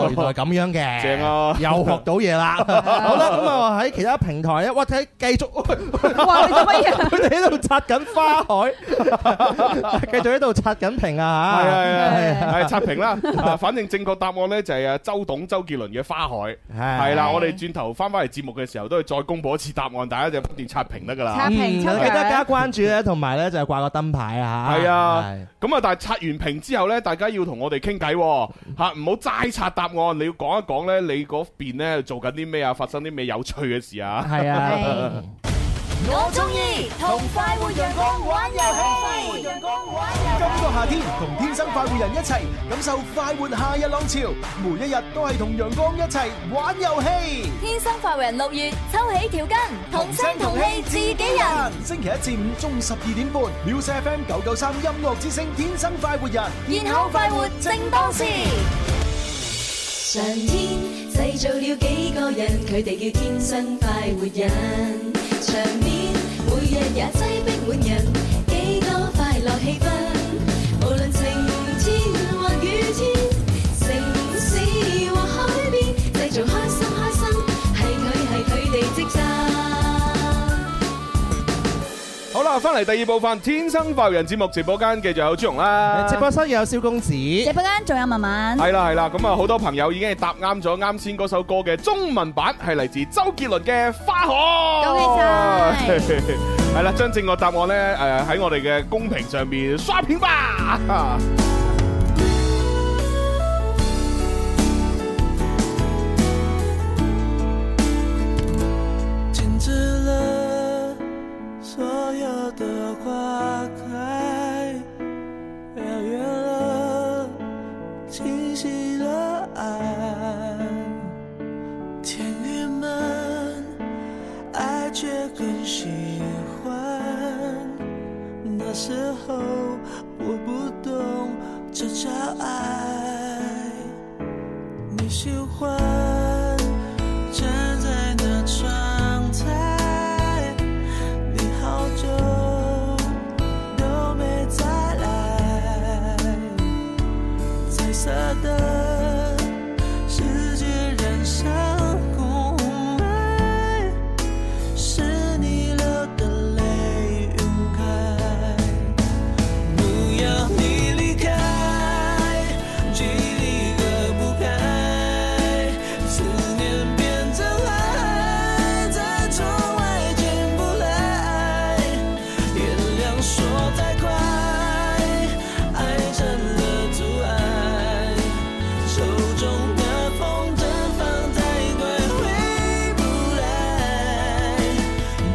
哦，原來咁樣嘅，
正啊
又學到嘢 啦。好啦，咁啊喺其他平台咧，哇睇繼續，
話你做乜嘢？
佢哋喺度刷緊花海， 繼續喺度刷緊屏啊
係
嚇。
係
係
係，係刷屏啦。啊，反正正確答案呢就係啊周董周杰倫嘅《花海》係啦。我哋轉頭翻返嚟節目嘅時候，都係再公佈一次答案，大家就不斷刷屏得㗎啦
刷。
嗯，
屏
記
抽獎
得加關注咧，同埋咧就係掛個燈牌啊嚇
係啊
係
咁啊，但係刷完屏之後呢，大家要同我哋傾偈喎吓，唔好齋刷答案，你要講一講呢，你嗰邊呢做緊啲咩啊，發生啲咩有趣嘅事啊？
係啊
係。
我中意同快活陽光玩遊戲，
今個夏天，同天生快活人一齊感受快活夏日浪潮，每一日都係同陽光一齊玩遊戲。
天生快活人六月抽起條筋，同聲同氣自己人。
星期一至五中午十二點半，Music FM 九九三音樂之聲《天生快活人》，
健康快活正當時。
上天製造了幾個人，佢哋叫天生快活人。場面每日也擠逼滿人，幾多快樂氣氛。無論晴天或雨天，城市或海邊，製造開心開心，係佢係佢哋職責。
好啦，翻嚟第二部分《天生快活人》節目直播間，繼續有朱紅啦，
直播室又有蕭公子，
直播間仲有文文，
系啦系啦，咁啊好多朋友已經係答啱咗啱先嗰首歌嘅中文版，係嚟自周杰倫嘅《花海》。
恭
喜晒！係啦，將正確答案咧，诶喺我哋嘅公屏上面刷片吧。
停止了所有的花开，遥远了清晰的爱，天宇们，爱却更喜欢。那时候我不懂这叫爱，你喜欢。站在那窗台，你好久都没再来。彩色的世界染上雾霾，是你流的泪晕开。不要你离开，距离隔不开，思念变成海，再从未进不来。原谅说太快，爱成了阻碍，手中的风筝放太快回不来。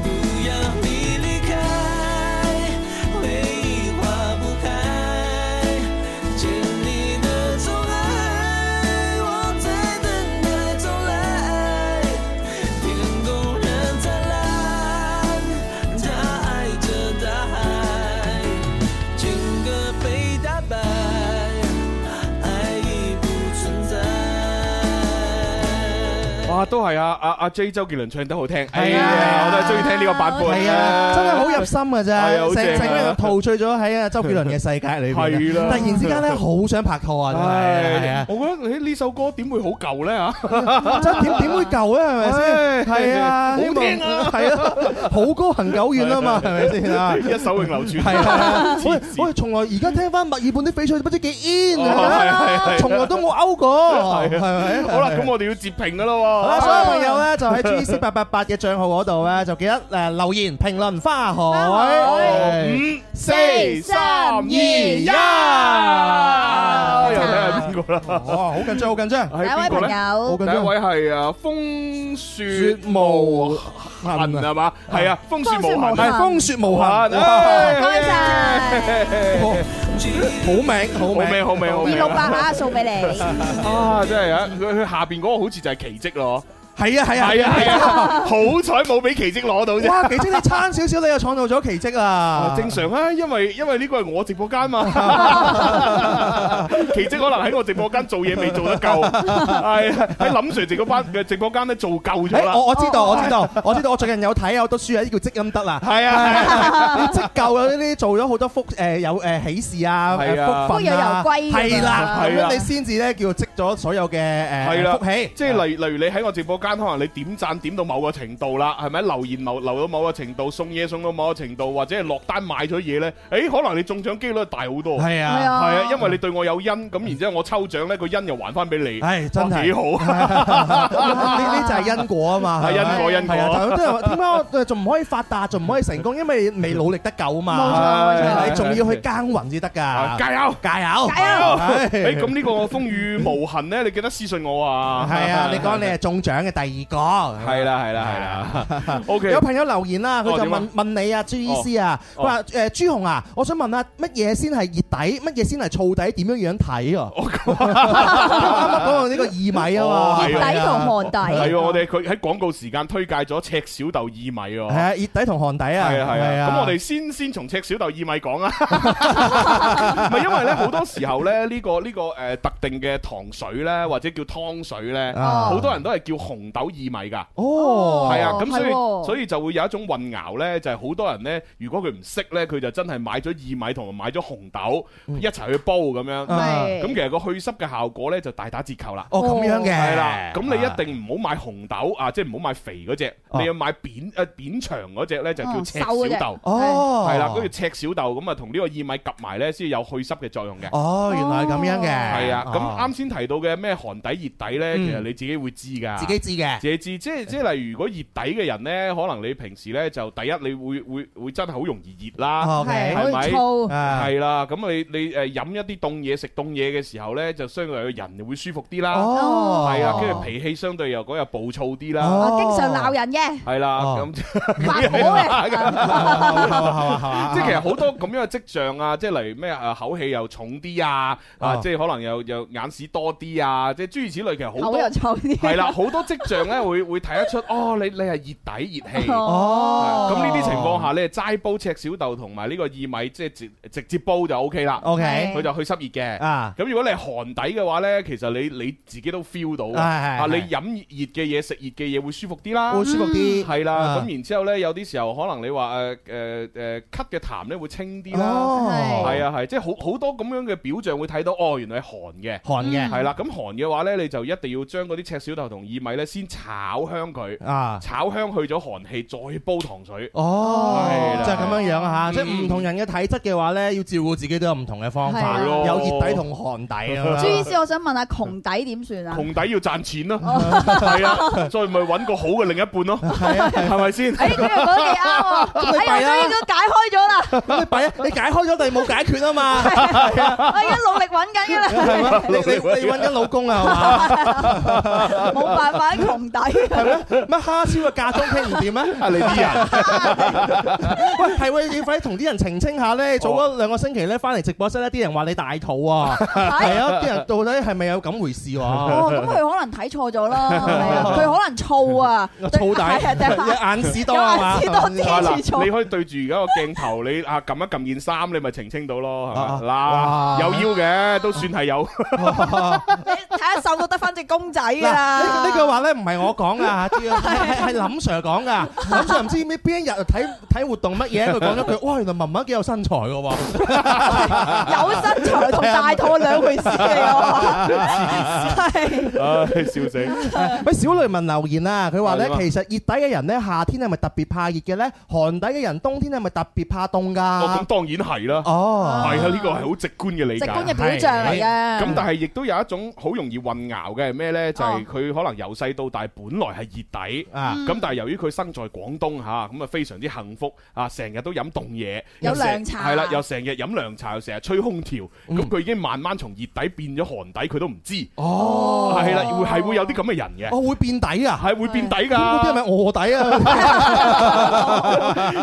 不要你离开，回忆化不开，见你的宠爱，我在等待重来。天空仍灿烂，他爱着大海，情歌被打败，爱已不存在。
哇，都係啊！阿阿 J 周杰倫唱得好聽，哎呀，我都係中意聽呢個版本。
係啊，真係好入心嘅
係啊好
啫，
正啊
成成個人陶醉咗喺啊周杰倫嘅世界裏邊
係啦
啊。突然之間咧，好想拍拖啊！真係係
唉
啊，
我覺得你呢首歌點會好舊 咧嚇？
真點點會舊咧？係咪
唉
先？係啊，
好
希望
聽啊
係啊，好歌行久遠啊嘛，係咪先啊？à。
一首永流傳。
係啊，我
黐線
我哋從來而家聽翻墨爾本啲翡翠不知幾 in
哦係係係
啊，從來都冇勾過，係咪？
好啦，咁我哋要截屏噶啦喎。
好啦，所有朋友咧就喺 G C 八八八嘅帳號嗰度咧，就記得誒留言評論花海。
五、四、三、二、一，又睇下邊個啦？
哦，好緊張，好緊張，
係
第一位
邊個
朋
咧？
好
友，
緊
第一
張。
位係啊，風雪無痕
痕啊
係嘛？係啊，風雪無
係
痕。
風雪無
哇
痕，哇
多謝
好名，好
哎好味
名，
好味好
二
味
六八啊，送俾你，
啊！真係啊，佢佢下邊嗰個好似就係奇蹟咯，
係啊，係啊，
係啊係啊，好彩冇俾奇蹟攞到啫。
哇！奇蹟你差少少，你又創造咗奇蹟啦
啊。正常啊，因為因為呢個係我直播 間嘛，奇蹟可能喺我直播間做嘢未做得夠，係啊喺林 Sir 直播班嘅直播間咧做夠咗
誒，
啦。
我我知道，我知 道，我知道，我最近有睇有好多書啊，呢叫積陰德啦。
係啊係啊，
你積夠咗呢啲做咗好多福誒有誒喜事啊，
係
誒
啊
福分啊，
福有攸歸㗎
係啦，
係
咁
啊
樣你先至咧叫積咗所有嘅
係啦
誒福氣，
即係例例如你喺我直播間，可能你點讚點到某個程度啦，係咪留言留留到某個程度，送嘢送到某個程度，或者係落單買咗嘢咧，誒可能你中獎機率大好多。
係
係
啊，
啊
係啊，因為你對我有恩，咁然之後我抽獎咧，個恩又還翻俾你，
係真
哇
係
幾好。
呢呢就係因果啊嘛，
係
係咪
因果因果
係啊，但係都係點解我仲唔可以發達，仲唔可以成功？因為你未努力得夠啊嘛，
冇錯冇錯
你仲要去啊耕耘先得㗎，
啊加油！
加油，
加油
係
誒咁呢個風雨無痕咧，你記得私信我啊！
係啊，你講你係中獎嘅係第二個。
係啦係啦係啦 ，OK，
啊有朋友留言啦，佢
哦
就
點啊
問問你啊，朱醫師啊，佢
哦
話誒朱紅啊，我想問下乜嘢先係熱底，乜嘢先係燥底，點樣樣 睇啊？ 啱啱講到呢個薏米啊
哦
嘛，
係啊
底同寒底。
係喎，我哋佢喺廣告時間推介咗赤小豆薏米喎。
係啊，熱底同寒底啊，
係啊係啊，咁我哋
哋
先先從赤小豆薏米 講啊，唔係因為咧好多時候咧呢個呢個誒特定嘅糖水咧或者叫湯水咧，
啊
好多人都係叫紅豆薏米㗎。
哦
係啊，咁所
係
以
喎
所以就會有一種混淆呢，就係、好多人呢，如果佢唔識呢，佢就真係買咗薏米同埋買咗紅豆
嗯
一齊去煲咁樣，
啊
係
咁其實個去濕嘅效果呢，就大打折扣啦。
哦咁樣嘅，
係啦，咁你一定唔好買紅豆啊，即係唔好買肥嗰只，
哦
你要買扁誒扁長嗰只呢，就叫赤
哦瘦嗰隻
小豆。
哦，
係啦，跟住赤小豆咁啊，同呢個薏米夾埋呢，先有去濕嘅作用嘅。
哦，原來係咁樣嘅，
係啊，咁啱先提到嘅咩寒底熱底呢，
嗯
其實你自己會知㗎。
自己知嘅，
借知，即係即係例如，如果熱底嘅人咧，可能你平時咧就第一，你會會會真係好容易熱啦，
哦
係，
，OK，
好
係咪
似醋。
啊
係啦。咁你你誒飲一啲凍嘢、食凍嘢嘅時候咧，就相對個人會舒服啲啦，
哦，
係啊，跟住脾氣相對又嗰日暴躁啲啦，
哦
啊，經常鬧人嘅，
係啦。
哦 啊
咁
發
係嘛係嘛係
火嘅，
嘛
即係其實好多咁樣嘅跡象啊，即係例如咩誒口氣又重啲啊，啊
哦
即係可能又又眼屎多啲啊，即係諸如此類，其實好
口
多
又臭啲。
係啦，好多跡象咧會會睇得出，哦，你你係熱底熱氣。
哦，
咁呢啲情況下咧，齋煲赤小豆同埋呢個薏米，即係直直接煲就 O K 啦，
，OK，
佢就去濕熱嘅。
啊，
咁如果你係寒底嘅話咧，其實你你自己都 feel 到啊，
係
啊你飲熱嘅嘢食熱嘅嘢會舒服啲啦，
會舒服啲，
係啦。
啊
咁然之後咧，有啲時候可能你話誒誒誒咳嘅痰咧會清啲啦，
哦，
係啊係，即係好好多咁樣嘅表象會睇到，哦原來係寒嘅。
寒嘅
係啦，咁寒嘅話咧，你就一定要將嗰啲赤小豆同薏米咧先炒香佢，
啊，
炒香去咗寒氣，再煲糖水。
哦
係，啦
就係咁樣樣嚇，
嗯
即係唔同人嘅體質嘅話咧，要照顧自己都有唔同嘅方法，
係
咯
有熱底同寒底啊咁
朱醫
樣。
師，我想問下窮底點算啊？
窮底要賺錢咯，係啊，所以咪揾個好嘅另一半咯，係咪先？
誒，你又講得幾 啱喎！哎
弊
呀，
啦
我終於都解開咗啦，
咁你弊啊，你解開咗，但係冇解決啊嘛，係啊，
我而家努力揾緊㗎啦，
係嘛？你你 你揾緊老公啊，
冇辦法喺窮底。
係嘛？係咩？乜蝦燒嘅嫁妝傾唔掂咩？
啊，你啲人
喂，係喎，要快啲同啲人澄清下咧。早嗰兩個星期咧，翻嚟直播室咧，啲人話你大肚啊，係啊，啲人到底係咪有咁回事喎？
哦，咁佢可能睇錯咗啦，係啊佢可能燥啊，
燥
係啊
底，
對
眼屎多啊嘛
有眼屎多啲
啊
黐
嗱，
住咗
你可以對住而家個鏡頭，你啊撳一撳件衫，你咪澄清到咯，係
啊
嘛？嗱，有腰嘅都算係 有，
啊你睇下瘦到得翻隻公仔㗎啦。
嗱，呢句話咧唔係我講噶，主要係係係林 Sir 講噶。林 Sir 唔知邊邊一日睇睇活動乜嘢，佢講咗句：哇，原來文文幾有身材噶 喎！
有身材同大肚係兩回事嚟 喎，係
唉，笑死！
喂，小雷文留言啊，佢話咧
啊點啊
其實熱底嘅人咧，夏天係咪特別怕熱嘅咧？寒底嘅人，冬天係咪特別怕凍
哦，咁
㗎？
當然係啦，
哦，
係啊，呢個係好直觀嘅理
直
解。
觀嘅表象嚟嘅。
咁但係亦都有一種好容易混淆嘅係咩
哦
呢？就係佢可能由細到大本來係熱底。
啊，
嗯
咁但係由於佢生在廣東嚇，咁啊非常之幸福啊，成日都飲凍嘢，
有
又成
涼茶
係啦，又成日飲涼茶，又成日吹空調，咁佢已經慢慢從熱底變咗寒底，佢都唔知，
嗯哦，
係啦，會係會有啲咁嘅人嘅，
我會變底啊！
係會變底
嗰啲係咪
㗎，
卧底啊？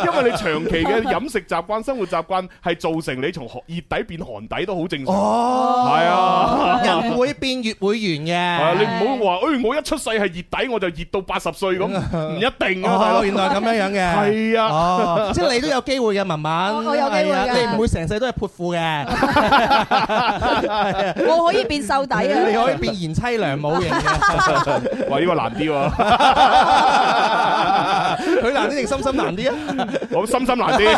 因為你長期嘅飲食習慣、生活習慣係造成你從寒熱底變寒底都好正常，
哦，
係啊。
人會變越會圓
係啊，你
嘅。
唔好話，誒我一出世係熱底，我就熱到八十 歲咁，唔一定啊，大佬
哦，原來咁樣樣嘅。
係啊。
哦，即係你都有機會嘅，文文。
我我有機會㗎
係啊你唔會成世都係潑婦嘅，
我可以變瘦底啊！
你可以變賢妻良母型嘅。
哇！呢個難 啲喎，
佢難啲定心心難啲啊？
我心心 難啲。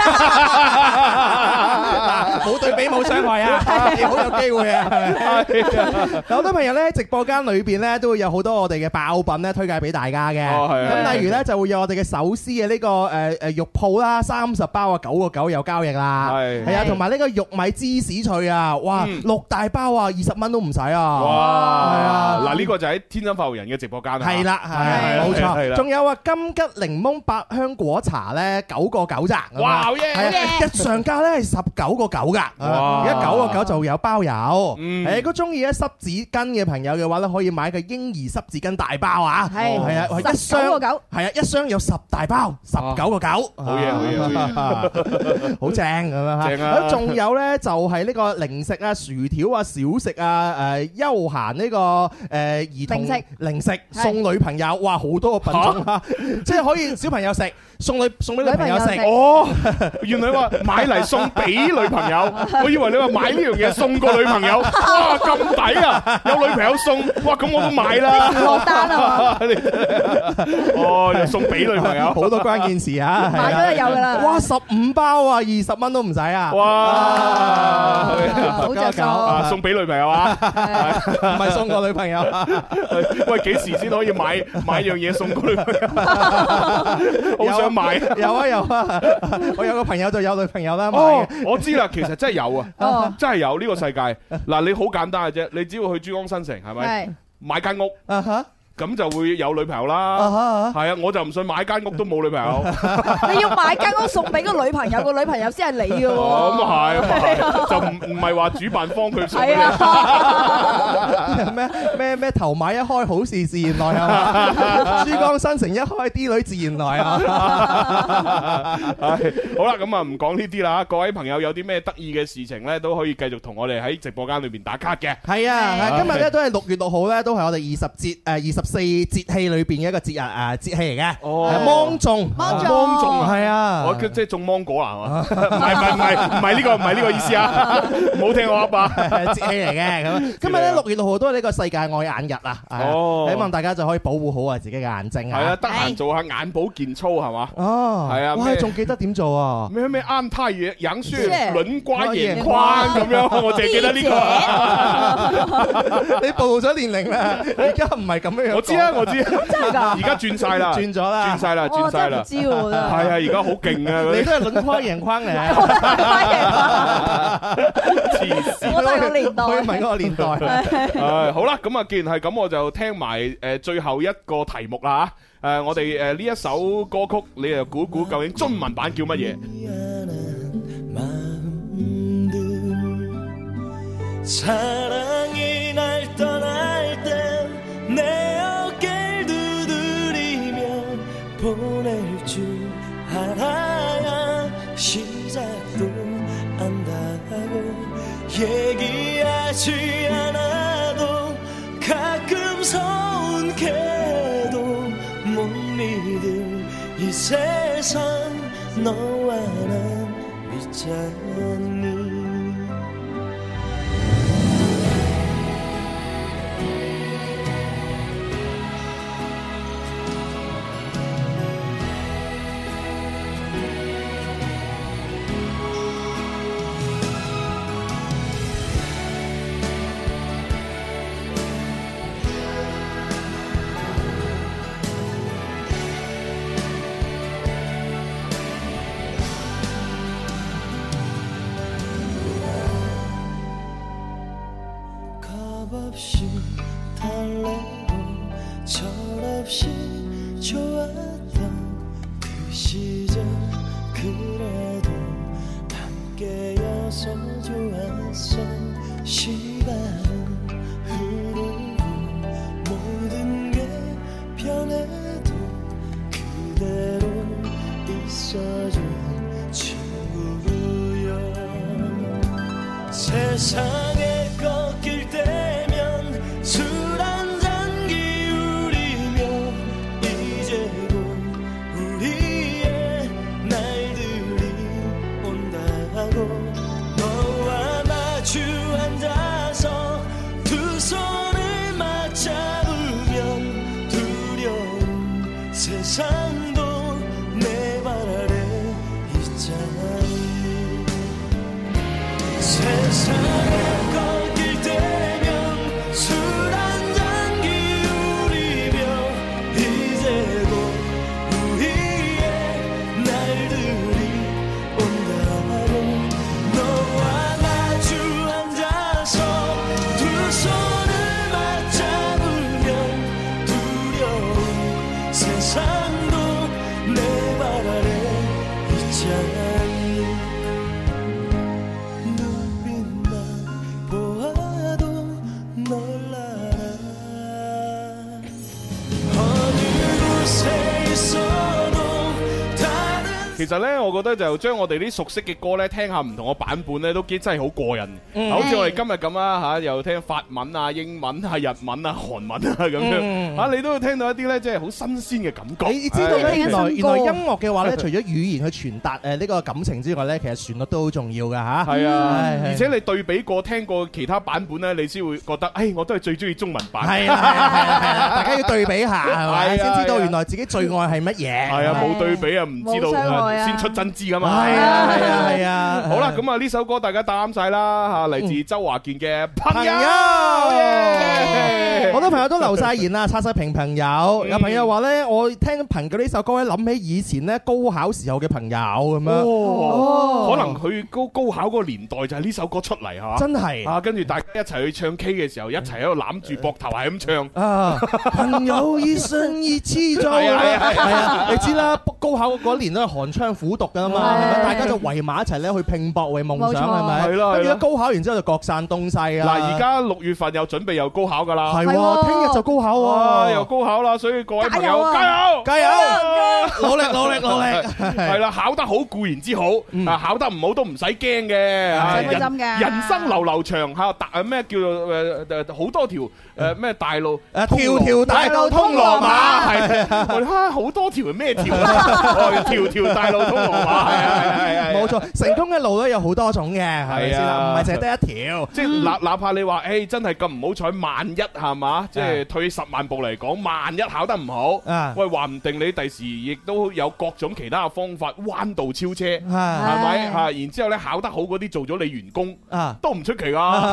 嗱，冇對比冇傷害啊，你好有機會啊。係咪 有好多朋友咧，直播間裏邊咧都會有好多我哋嘅爆品咧推介俾大家嘅。
哦係係
咁例如咧就會有我哋嘅手撕嘅呢個誒誒肉鋪啦，三十包啊九個九有交易啦。
係
係啊，同埋呢個玉米芝士脆啊，哇
嗯
六大包啊，二十蚊都唔使啊。係
哇！
啊
嗱，呢個就喺天生發育人嘅直播間啊
係，啦，係
係
冇
係係
錯。
啦
仲有啊，金桔檸檬百香果茶咧，九個九咋。
哇好嘢
係啊
好嘢
日常價咧係十九個九㗎。啦。
哇
而家九個九就有包郵。
嗯
誒，如果中意咧濕紙巾嘅朋友嘅話咧，可以買個嬰兒濕紙巾大包啊。
係
係啊，一
十九
箱
個九，
係啊，一箱有十大包，十九個九，好
嘢好嘢 好
嘢，好正咁樣嚇。
正啊
咁仲有 咧就係呢個零食啊、薯條啊、小食啊、誒休閒呢個誒兒童
零食
零食送女朋友，哇好多個品種啊！即係可以小朋友食，送女送俾女朋友食
女朋友。食
哦，原來話買嚟送俾女 朋友，我以為你話買呢樣嘢送個女朋友，哇咁抵啊！有女朋友送，哇咁我都買 啦。
落單啊！
哦，又送俾女朋 友，
好多關鍵詞啊！ 係啊
買咗就有 㗎啦
哇，十五包啊，二十蚊都唔使啊！
哇
好着數
啊送俾女朋友啊！
唔係送個女朋友啊，
喂，幾時先可以買買樣嘢送個女朋友？ 好想買。
有啊有啊！我有個朋友就有女朋友啦，買
哦
嘅，
我知啦，其實真係有啊
哦，
真係有呢個世界。嗱，你好簡單嘅啫，你只要去珠江新城係咪
係
買間屋，
啊哈
咁就會有女朋友
啊
啦。
哈啊哈
係啊，我就唔信買間屋都冇女朋 友。
你要買間屋送俾個女朋友，個女朋友先係你嘅
哦咁
喎。
啊係，咁啊係就唔唔係話主辦方佢送俾
係
啊
你。
啊，
咩咩咩頭馬一開好事自然來 啊！珠江新城一開啲女自然來啊！
唉好啦，咁啊唔講呢啲啦，各位朋友有啲咩得意嘅事情呢，都可以繼續同我哋喺直播間裏邊打卡嘅。
係啊，今日咧都係六月六號咧，都係我哋二十節誒呃二十四節氣裏邊嘅一個節日誒節氣嚟嘅，
哦
係芒種，
芒種
芒種啊
係啊，
我即係種芒果啊，係嘛唔係唔係唔係唔係呢個唔係呢個意思啊，唔好聽我噏 啊。
節氣嚟 嘅咁。今日咧六月六號都係呢個世界愛眼日啊！係啊
哦
希望大家就可以保護好我哋自己嘅眼睛
係
啊！
啊，得閒做下眼保健操係嘛？
哦，
係啊
哇，
咩
你仲記得點 做啊？
咩咩安太陽陽穴
即係
輪刮眼眶咁樣，我淨係記得呢
你暴露咗年 齡啦，而家唔係咁樣樣講。
個。我知啊，我知。
真係㗎
而家轉晒啦，
轉咗啦
轉晒啦，轉
我
晒
真係
啦
唔。知喎，真
係
係
啊，而家好勁啊！嗰
你
啲
都係輪框贏框嚟啊。
黐線。
我都係個年代
我要問嗰個年代。
唉，好啦，咁啊，既然係咁，我就聽埋誒最後一個題目啦嚇。誒，我哋誒呢一首歌曲，你又估估究竟中文版叫乜嘢？
嗯
사랑이 날 떠날 땐 내 어깨를 두드리며 보낼 줄 알아야 시작도 안다고 얘기하지 않아도 가끔 서운 개도 못 믿을 이 세상 너와 난 미쳤니 값없이 달래고 철없이 좋았던 그 시절 그래도 함께여서 좋았어 시간은 흐르고 모든 게 변해도 그대로 있어준 친구요 세상에 꺾일 때면 술 한 잔 기울이며 이제 곧 우리의 날들이 온다고 너와 마주 앉아서 두 손을 맞잡으면 두려운 세상도 내 발 아래 있잖니 세상에 꺾일 때면 술 한 잔 기울이며 이제 곧 우리의 날들이 온다고 너와 마주 앉아서 두 손을 맞잡으면 두려운 세상도 내 발 아래 있지 않니 눈
其實呢，我覺得就將我哋啲熟悉嘅歌呢，聽下唔同嘅版本呢，都幾真係好過癮。
嗯
好似我哋今日咁啊嚇，又聽法文啊、英文啊、日文啊、韓文啊
嗯
咁樣啊，你都會聽到一啲呢，即係好新鮮嘅感覺。
你知道
係
咧，原來
聽緊新
原來
歌
音樂嘅話咧，除咗語言去傳達誒呢個感情之外咧，其實旋律都好重要噶嚇。
係啊，
係係
而且你對比過聽過其他版本呢，你先會覺得，誒，我都係最中意中文版。
係啦，啊係啦係啦係啦，大家要對比下，係
係啊
咪？先知
係
道
啊
原來自己最愛係乜嘢。
係啊，
係
冇對比啊，唔知
冇傷害
道
啊
先出真知噶嘛。
啊，係啊，係啊。
好啦，咁啊呢首歌大家答啱晒啦吓，嚟自周華健嘅朋
朋
友
友。
耶
好多朋友都留晒言啦，刷晒屏朋
嗯
友。有朋友話咧，我聽朋友呢首歌咧，諗起以前咧高考時候嘅朋友咁樣，
哦，啊可能佢高高考嗰個年代就係呢首歌出嚟吓，
真係
啊，跟住大家一齊去唱 K 嘅時候，一齊喺度攬住膊頭係咁唱。
啊！朋友一生一起走，
係啊係啊係啊
係啊！你知啦，高考嗰年都係寒窗苦讀噶嘛，係咪
係
大家就圍埋一齊咧去拼搏為夢想，
冇錯
係咪？
係咯係咯
跟住高考完之後就各散東西啊！
嗱，而家六月份又準備又高考噶啦，
係
係
喎，
喎
聽日就高考
哇，又
喎，
高考啦，所以各位朋
加油
友
啊
加油！
加油！
啊
努力努力努力！
係啦，考得好固然之好，
嗯
啊考得唔好都唔使驚嘅，啊
唔使灰心嘅
人人生流流長嚇，大啊咩叫做誒誒好多條誒咩大路，
誒
通羅
嗯啊條條大路通羅馬
係 我哋嚇好多條係咩條啊？哦條條大路通羅馬，係啊係啊係啊，
冇。錯，成功嘅路咧有好多種嘅，係咪先啦？唔
啊
係淨係得一條。
即係哪哪怕你話，誒真係咁唔好彩，萬一係嘛？即係退十萬步嚟講，萬一考得唔
啊
好，喂話唔定你第時亦都有各種其他嘅方法彎道超車。
啊
係咪
唉
嚇？然之後咧考得好嗰啲做咗你員工
啊！
都唔出奇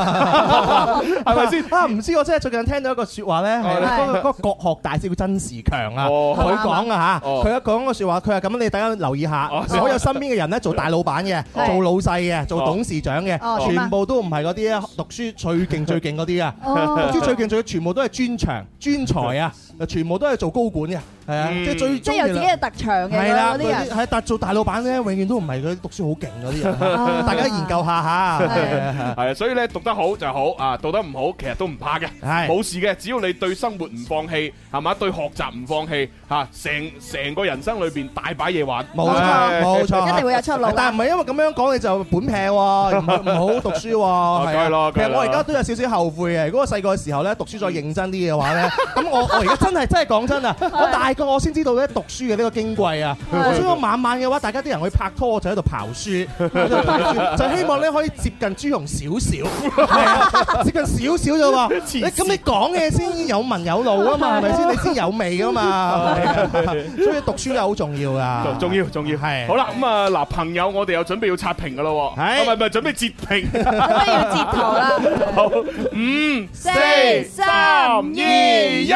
噶，係咪先？哦
啊，唔知我真係最近聽到一個説話咧，係
係
嗰個嗰個國學大師叫曾仕強啊，
哦
佢講啊嚇，
哦
佢一講個説話，佢係咁，你大家留意下
哦，
所有身邊嘅人咧，做大老闆嘅，
係
做老細嘅，做董事長嘅
哦，點啊
全部都唔係嗰啲啊讀書最勁最勁嗰啲啊，讀
哦
書最勁最勁全部都係專長專才啊，全部都係做高管嘅，係啊，
嗯
即係最
即
中
係
意
有自己
啦
嘅特長嘅
係啦，
嗰
嗰
啲
啲
人。
係但做大老闆咧，永遠都唔係嗰啲讀書好勁嗰啲人，
啊
大家研究下嚇，
係
係啊
係啊，所以咧讀得好就好啊，讀得唔好其實都唔怕嘅，
係
冇事嘅。只要你對生活唔放棄，係嘛？對學習唔放棄，嚇成成個人生裏邊大把嘢玩。
冇錯
唉
冇錯，
一定會有出路啊
但唔係因為咁樣講你就本劈喎，唔唔好讀書喎。係
梗係
啊
啦
其
梗係
實
啦
我而家都有少少後悔嘅。如果我細個嘅時候咧讀書再認真啲嘅話咧，咁我我而家真係真係講真啊，我大個我先知道咧讀書嘅呢個矜貴啊。
係
我所以我晚晚嘅話，大家啲人去拍拖，我就喺度刨書，我就喺度睇書就希望咧可以接近朱紅少少，係啊，接近少少啫喎。
黐
你
線
咁你講嘅先有文有路啊嘛，係咪先？你先有味噶嘛，係啊 所以讀書係好重要噶，
重要重要
係
好啦，咁啊嗱，朋友，我哋又準備要刷屏噶咯喎，
係
啊唔係唔係準備截 屏。
咁都要截圖啦。
好，五、四
三二
一。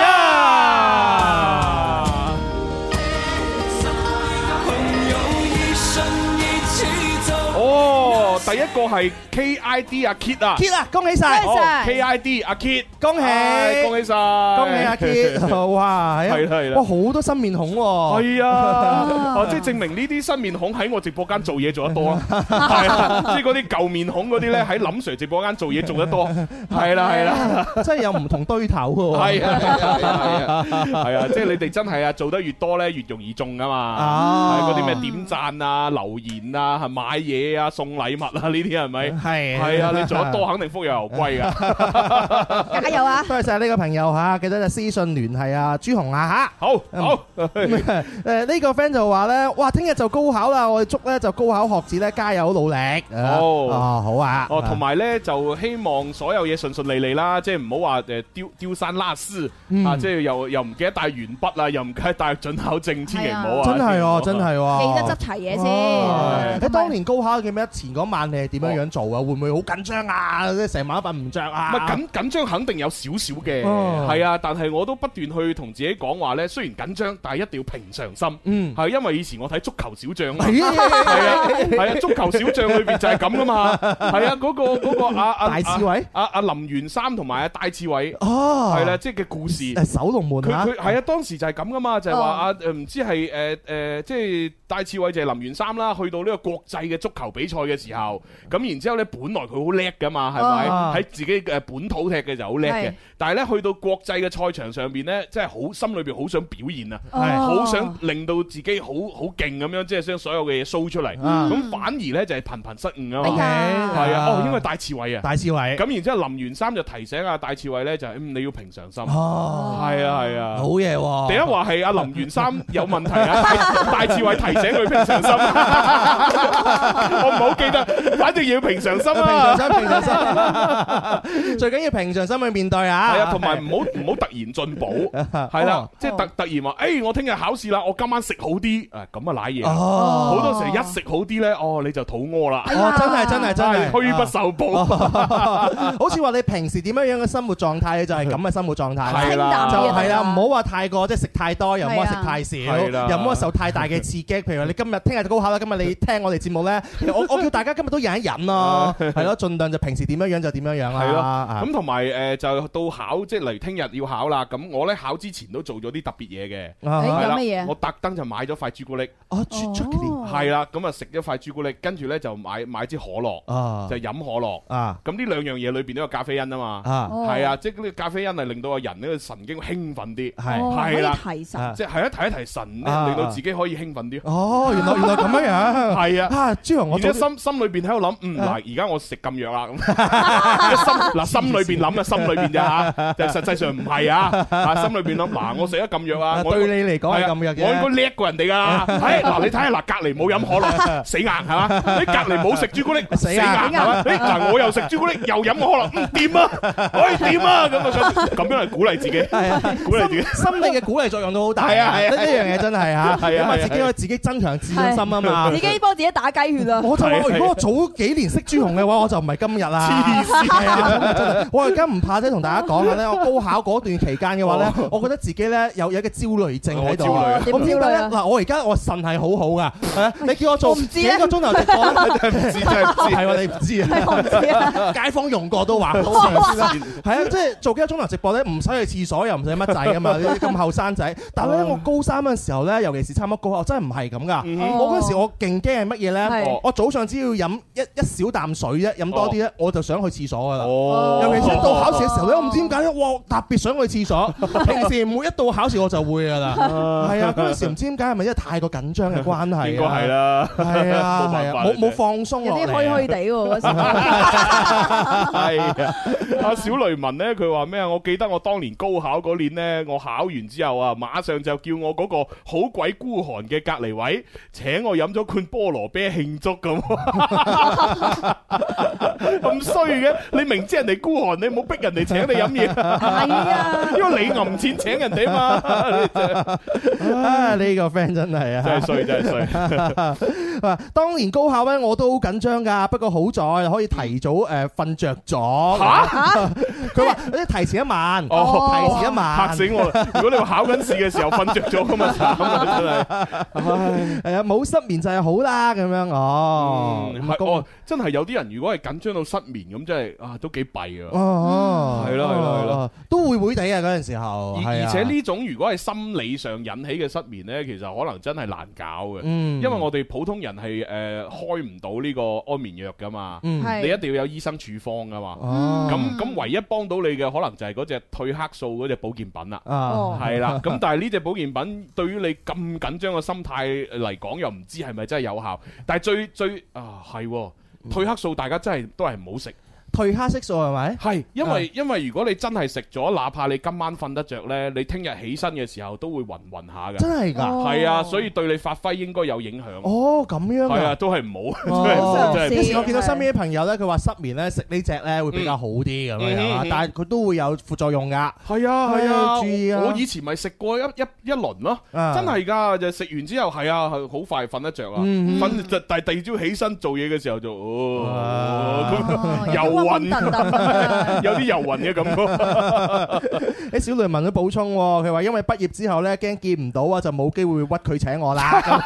朋友一生一起走。
哦，第一個係 K I D 阿 Kit 啊
Kit à, 啊，恭喜晒！
恭喜晒
K I D 阿 Kit，
恭喜
唉恭喜晒，
恭喜
à,
阿 Kit，哇，係啊
係啦係啦
哇，好多新面孔喎，
係啊，哦，即係證明呢啲新面孔喺我直播間做嘢做得多啦，係啊，即係嗰啲舊面孔嗰啲咧喺林 Sir 直播間做嘢做得多，係啦係啦。
真係有唔同堆頭嘅喎，
係啊，係啊，係啊，即係你哋真係啊，做得越多咧，越容易中啊嘛。
啊
係嗰啲咩點讚啊、留言啊、係買嘢啊、送禮物啊呢啲係咪？
係
係啊，你做得多肯定福有攸歸噶。
哦
加油啊！
多謝晒呢個朋友嚇，記得就私信聯繫啊，朱紅啊
好，好，
嚇。 誒呢個 friend 就話咧，哇，聽日就高考啦，我哋祝咧就高考學子咧加油努力。Ờ.
哦
啊好啊。
哦，同埋咧就希望所有嘢順順利利啦，即係唔好話誒丟丟三拉四
嗯
啊，即係又又唔記得帶鉛筆啊，又唔記得帶準考證，千祈唔好啊！
真係喎，真。係喎。
記得執齊嘢
哦
先。啊
喺當年高考記唔記得前嗰晚你係點樣樣做啊？會唔會好緊張啊？即係成晚瞓唔着
唔
啊？
係緊緊張肯定有少少嘅，
哦
係啊，但係我都不斷去同自己講話咧，雖然緊張，但係一定要平常心。
嗯
係因為以前我睇足球小將 啊，
係啊
係啊，係啊，足球小將裏邊就係咁 噶嘛，係啊，嗰個嗰個啊啊
大刺蝟
啊啊林源三同埋啊戴志偉，
哦，
係啦，即係嘅故事。
誒守龍門
佢
嚇
佢。係啊，當時就係咁噶嘛，就係話啊誒唔知係誒誒，即係戴志偉就係林源三啦，去到呢個國際嘅足球比賽嘅時候，後，咁然之後咧，本來佢好叻噶嘛，係咪？
啊
喺自己嘅本土踢嘅就好叻嘅
係，
但係咧去到國際嘅賽場上邊咧，即係好心裏邊好想表現啊！
係
好想令到自己好好勁咁樣，即係將所有嘅嘢 show 出嚟，
啊
咁反而咧就係頻頻失誤啊
哎
嘛，
呀
係啊，哦，因為戴志偉啊，
大刺猬
咁然之後林元三就提醒阿戴志偉咧，就係嗯你要平常心，係
哦，
啊係啊
好。嘢喎！
第一話係阿林元三有問題 啊，戴志偉提醒佢平常心， 我唔好記得，反正要平常心
平常
啊。
心，平常心， 最緊要平常心去面對啊！
係啊，同埋唔好唔好突然 進步，係啦
哦，
即係突突然話，哎誒我聽日考試啦，我今晚食好啲，啊咁啊賴嘢啊。
哦，
好多時一食好啲咧，哦你就肚屙啦，
哦，真係真係哦真係，
虛不受補。
好似話你平時點樣樣嘅生活狀態，你就係咁嘅生活狀態啦。
係啦
就
清淡啲啊
係啦，唔好話太過即係食太多，又唔好話食太少，
係啦
又唔好話受太大嘅刺激。譬如話你今日聽日就高考啦，今日你聽我哋節目 咧，其實我我叫大家今日都忍一忍咯，係咯，盡量就平時點樣樣就點樣樣
啊
啊
係咯，
啦。
咁同埋誒就到考，即係例如聽日要考啦。咁我咧考之前都做咗啲特別嘢嘅，
啊
誒
啊
係
有乜嘢
啦
啊，
我特登就買咗塊朱古力，
哦，朱朱古力
係啦，咁啊食咗塊朱古力，跟住咧就買買支可樂，
啊
就飲可樂。
啊
咁呢兩樣嘢裏邊都有咖啡因啊嘛，
啊，
係啊，即係呢個咖啡因係令到個人呢個神經興奮啲，
係
哦
係啦
可以提神。
啊
即係係一提一提神咧，
啊
令到自己可以興奮啲。
哦，原來原來咁樣樣
係啊。
啊，朱紅我
而家
早
心心裏邊喺度諗，嗯
啊
嗱，而家我食禁 藥啦，咁一心嗱心裏邊諗啊，心裏邊咋嚇，就實際上唔係啊，啊心裏邊諗嗱，我食咗禁藥啊
啊，
我
對你嚟講係咁樣
係啊我
嘅
應該叻過人哋 㗎，係嗱你睇下嗱隔離冇飲可樂，死硬係嘛？你隔離冇食朱古力，
死
死
硬
硬係嘛？誒嗱我又食朱古力又飲可樂，嗯 掂啊，喂掂啊，咁啊咁咁樣嚟鼓勵自己，鼓勵自己。
啊心理嘅鼓勵作用都好大
係啊係啊
呢呢樣嘢真係嚇，
係啊
咁啊
係啊
自己可以自己增強自信心啊嘛。
自己幫自己打雞血啦。啊
我就話：
係
如果我早幾年識朱紅嘅話，我就唔係今日 啦。
黐線
係啊，真係真係，我而家唔怕啫，同大家講下咧，我高考嗰段期間嘅話咧，我覺得自己咧有有一個焦慮症喺度啊。
哦我焦慮啊
我唔知點解
點焦慮
咧
啊
嗱，我而家我腎係好好噶，係啊你叫我做
我唔知
幾
咧
個鐘頭直 播，
真係唔知真係唔知
係喎，你唔知啊？
我唔知啊，
街坊用過都話 好上司啦，係啊，即係做幾個鐘頭直播咧，唔使去廁所又唔使乜仔啊嘛，你咁後生仔。但係咧，我高三嗰陣時候咧，尤其是差唔多高考，我真係唔係咁噶。
嗯
我
哦
嗰陣時我勁驚係乜嘢咧
係？
我早上只要飲一一小啖水啫，飲多啲咧，我就想去廁所噶啦。
哦
尤其是到考試嘅時候咧，我唔知點解咧，哇！特別想去 廁所。平時每一到考試我就會噶啦，係啊。嗰陣時唔知點解係咪因為太過緊張嘅關係啊？
應該係啦，
係啊，
冇辦
係
法
啊，
啦
冇冇放鬆
有
落
啲
嚟啊。
虛虛地喎嗰時。
系啊，阿小雷文咧，佢話咩啊？我記得我當年高考嗰年呢，我考完之後啊，馬上就叫我嗰個好鬼孤寒嘅隔離位請我飲咗罐菠蘿啤慶祝咁， 咁衰嘅！你明知人哋孤寒，你冇逼人哋請你飲 嘢，
係啊，
因為你揞錢請人哋嘛，
啊！呢個 friend 真係
真
啊
係。衰，真係衰。
啊！當年高考咧，我都好緊張㗎，不過好在可以提早誒瞓着咗。
嚇
佢話你提前一晚，
哦
提啊前一晚，
嚇死我啦！如果你話考緊試嘅時候瞓着咗咁啊慘啊，真 係。
係啊，冇失眠就係好啦，咁樣哦。
嗯，
咁
係
高
哦，真係有啲人如果係緊張到失眠咁，真係啊都幾弊啊！
哦，
係咯係咯係咯
哦，都會會地啊嗰陣時候，
而
係啊
而且，呢種如果係心理上引起嘅失眠呢，其實可能真係難搞嘅，
嗯，
因為我哋普通人係誒、呃、開唔到呢個安眠藥噶嘛，
嗯
你一定要有醫生處方噶嘛。
哦
咁咁、唯一幫到你嘅可能就係嗰只褪黑素嗰只保健品啦。
啊
哦
係啦，咁但係呢只保健品對於你咁緊張嘅心態嚟講，又唔知係咪真係有效。但係最最啊係喎，
嗯
褪黑素大家真係都係唔好食。
褪黑色素係咪？
係，因為因為如果你真係食咗，哪怕你今晚瞓得着呢，你聽日起身嘅時候都會暈暈下嘅。
真係㗎，
係啊，所以對你發揮應該有影響。
哦咁樣
係啊，
啊。
都係唔好，
哦
真係
有
真係唔好。
試
時我見到身邊啲朋友咧，佢話失眠咧食呢只咧會比較好啲咁樣樣啊
嗯嗯嗯，
但係佢都會有副作用㗎。
係啊係啊，
要注意啊
我以前咪食過一一一輪咯，
啊
真係㗎，就食完之後係啊，係好快瞓得着啊，
嗯
瞓就但係第二朝起身做嘢嘅時候就
啊
哦，咁
哦
又暈，
昏沌沌
有啲遊魂 嘅感覺。
啲小雷文都補充喎，佢話因為畢業之後咧，驚見唔到啊，就冇機會屈佢請我啦。咁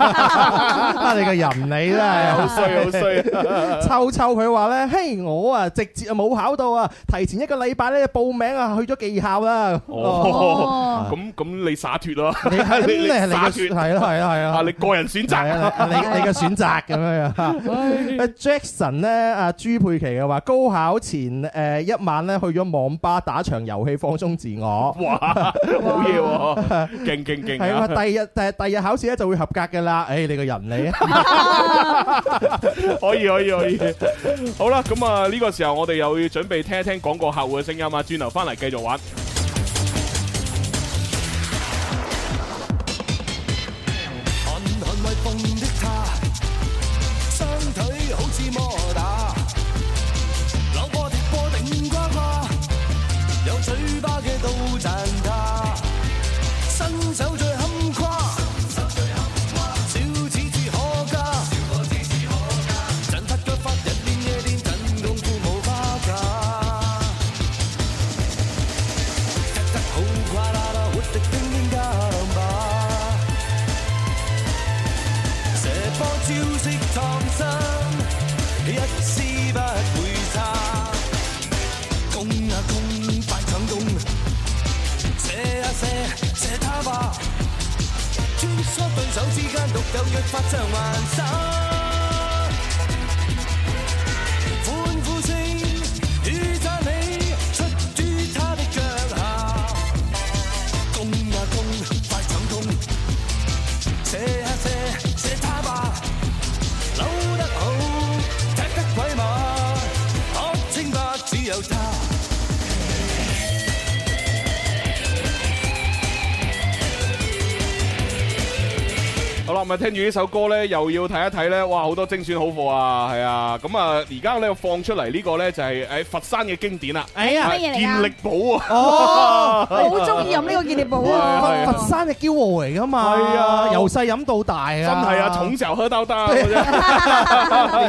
啊，你個人你真係
好衰好衰
臭臭佢話咧，嘿，我啊直接啊冇考到啊，提前一個禮拜咧報名啊去咗技校啦。
哦，咁咁你灑脱咯，
你係
你
你係你嘅
灑
選
脱
係咯係咯係
啊！
咯。
你個人
係
選擇。
啊，你你你嘅選擇咁樣樣。阿 Jackson 咧，阿朱佩琪嘅話，高考前誒一晚咧去咗網吧打場遊戲放鬆自我。
哇，好嘢喎！勁勁勁
係啊，
啊！
第日第第日考試咧就會合格嘅啦。誒，你個人你
可以可以可以。好啦，咁啊呢個時候我哋又要準備聽一聽廣告客户嘅聲音啊，轉頭翻嚟繼續玩。
寒寒為縫的他，雙腿好似摩打，扭波的波頂呱呱，有嘴巴嘅都讚他，伸手最堪跨，小指至可嘉，陣發腳法日練夜練，陣功夫冇花架。踢得好跨啦啦，活力叮叮加兩把。射波招式創新，一絲不會差。攻啊攻，快搶攻，射啊射，射他吧。穿梭對手之間，獨有腳法像幻手。歡呼聲與讚美，出於他的腳下。攻啊攻，快搶攻！射啊射，射他吧！扭得好，踢得鬼馬，可稱霸只有他。
好啦，咁啊，聽住呢首歌咧，又要睇一睇咧，哇，好多精選好貨啊，係啊，咁啊，而家咧放出嚟呢個咧就係誒佛山嘅經典啦，
哎呀
乜嘢嚟㗎
健力寶啊，
哦，好中意飲呢個健力寶
係
啊！
佛山嘅驕傲嚟噶嘛？
係啊
由細飲到大啊！
真係啊，重手喝兜兜嗰 啫，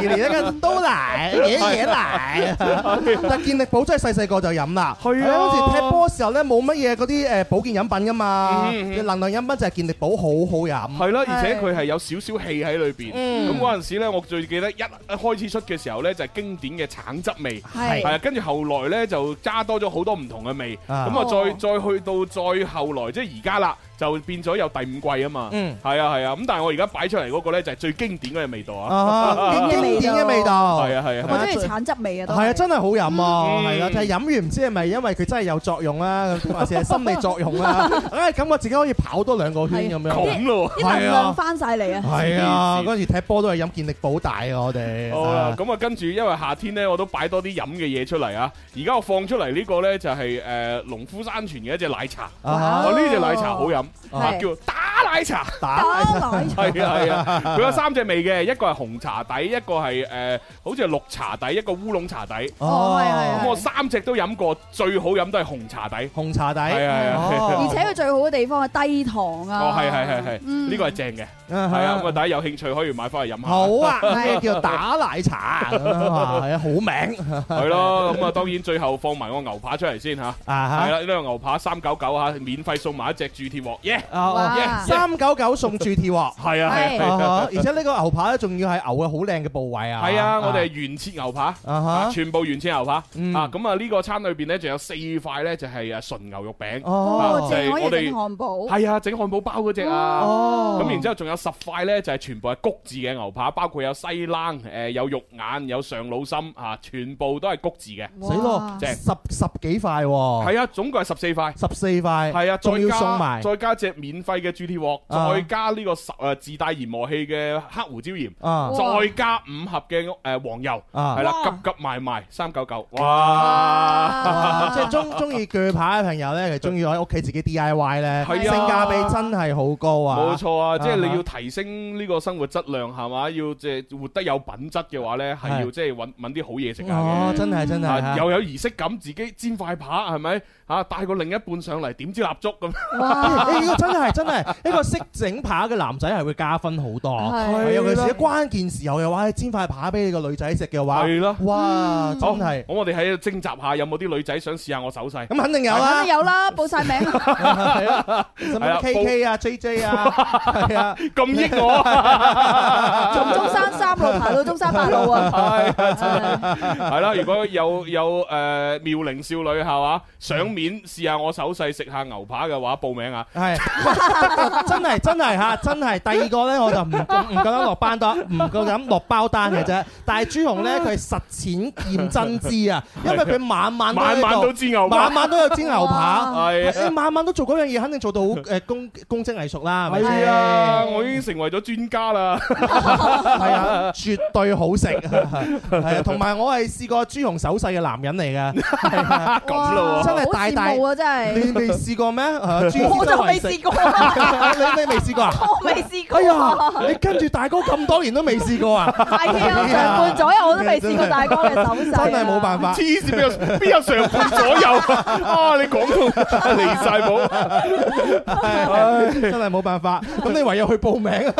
年年都跟都嚟，嘢嘢嚟。但健力寶真係細細個就飲啦。
係啊
嗰時踢波時候咧冇乜嘢嗰啲誒保健飲品噶嘛，
嗯嗯
能量飲品就係健力寶好好飲。
係啦，而且佢係有少少氣喺裏邊，咁嗰陣時咧，我最記得一開始出嘅時候咧，就係經典嘅橙汁味。
係
係啊，跟住後來咧就加多咗好多唔同嘅味，
啊
咁啊再
哦
再去到再後來即係而家啦，就變咗有第五季啊嘛，
嗯
係啊係啊，咁但係我而家擺出嚟嗰個咧就係最經典嗰嘅味道啊，
啊，經經典嘅味道。
係啊係
我
啊，
中意橙汁味啊，都
係啊，真係好飲啊，
嗯
係啦，就係飲完唔知係咪因為佢真係有作用 啦，還是係心理作用啦？唉，感覺自己可以跑多兩個圈咁啊樣。
咁咯
啲能量翻晒嚟啊！
係啊，嗰陣時踢波都係飲健力寶大啊，我哋
喎。。好啦，咁啊，跟住因為夏天咧，我都擺多啲飲嘅嘢出嚟啊。而家我放出嚟呢個咧就係誒農夫山泉嘅一隻奶茶，
啊哦
哦呢隻奶茶好飲，啊
係
叫打奶茶。
打
打奶茶
係啊係啊，佢有三隻味嘅，一個係紅茶底，一個係誒好似係綠茶底，一個烏龍茶底。
哦係係
咁我三隻都飲過，最好飲都係紅茶底。
紅茶底，
係啊係啊
哦
而且佢最好嘅地方係低糖啊！
哦，係係係係，
嗯
呢個係正嘅，係
啊
啊，咁啊，大家有興趣可以買翻去飲
好
下，
啊，呢個叫打奶茶，係啊，好名
係咯，咁啊，當然最後放埋個牛扒出嚟先吓，
啊
係
嚇
啦，呢個牛扒三九九吓，免費送埋一隻鑄鐵鍋，耶！
啊
哇
哦，三九九送鑄鐵鍋。
係啊係
係
啊
啊而且呢個牛扒咧，仲要係牛嘅好靚嘅部位啊！
係啊，我哋係原切牛扒。啊
啊
全部原切牛扒啊！
嗯
咁啊呢個餐裏邊咧，仲有四塊咧，就係啊純牛肉餅
嚇，，
哦，
哦
即 Oh，係
正可以
我哋
整漢堡，
係啊整漢堡包嗰只啊。
哦
咁然之後仲有十塊呢，就係全部係谷字嘅牛扒，包括有西冷、誒、有肉眼、有上腦心啊，全部都係谷字嘅。
哇
死咯，
正
十十幾塊喎，
係啊，總共係十四塊。
十四塊，
係啊，
哦仲
再
要送
加
埋，
再加隻免費嘅鑄鐵鍋，
啊
再加呢個十誒自帶研磨器嘅黑胡椒鹽，
啊
再加五盒嘅誒黃油，
啊
係啦，
哇
急急埋埋三九九，哇！
即係中中意鋸扒嘅朋友咧，其實中意喺屋企自己 D I Y 咧，
係啊
性價比真係好高啊！
冇錯啊！即係
啊
你要提升呢個生活質量係嘛，要即係活得有品質嘅話呢，係
係
要即係揾揾啲好嘢食下嘅。
哦，真係真係
啊，又有儀式感，自己煎 塊扒係咪？啊，帶個另一半上嚟點支蠟燭咁，
哇！呢個真係真係一一個識整扒嘅男仔係會加分好多，
係
係尤其是喺關鍵時候嘅話，你煎塊扒俾你個女仔食嘅話，
係啦
哇，真
好，
係
咁我哋喺度徵集下有冇啲女仔想試下我手勢。
咁肯定有啦，
有啦，報晒 名。
係啊，什
係
麼
啊
K K 啊、J J 啊，係啊，
咁益 我，
從中山三路爬到中山八路啊！
係啦。如果有有誒妙齡少女係嘛，上面試下我手勢，食下牛扒嘅話，報名啊！
係， 喂真係真係嚇，真係。第二個咧，我就唔唔夠膽落班 單，唔夠膽落包單嘅啫。但係朱紅咧，佢係實踐驗真知 啊，因為佢晚晚都喺
晚
度
晚都煎牛扒
晚，晚都有煎牛扒。
係啊
你晚晚都做嗰樣嘢，肯定做 到好誒工工精藝熟啦，係咪
係
先？
啊，我已經成為咗專家啦。
係啊，絕對好食。 係啊，同埋我係試過朱紅手勢嘅男人嚟嘅，係啊
咁咯喎
真係大大
好羨慕啊！真
你
係，
未試過 咩？啊朱
我就未
試
試過，
你你未試過啊？
我未試過。
哎 呀，你跟住大哥咁多年都未試過啊！
係啊，上半左右我都未試過大哥嘅手勢，啊
真係冇辦 法。
黐線邊有邊有上半左右 啊？你講到離晒譜，
唉真係冇辦法，咁你唯有去報名，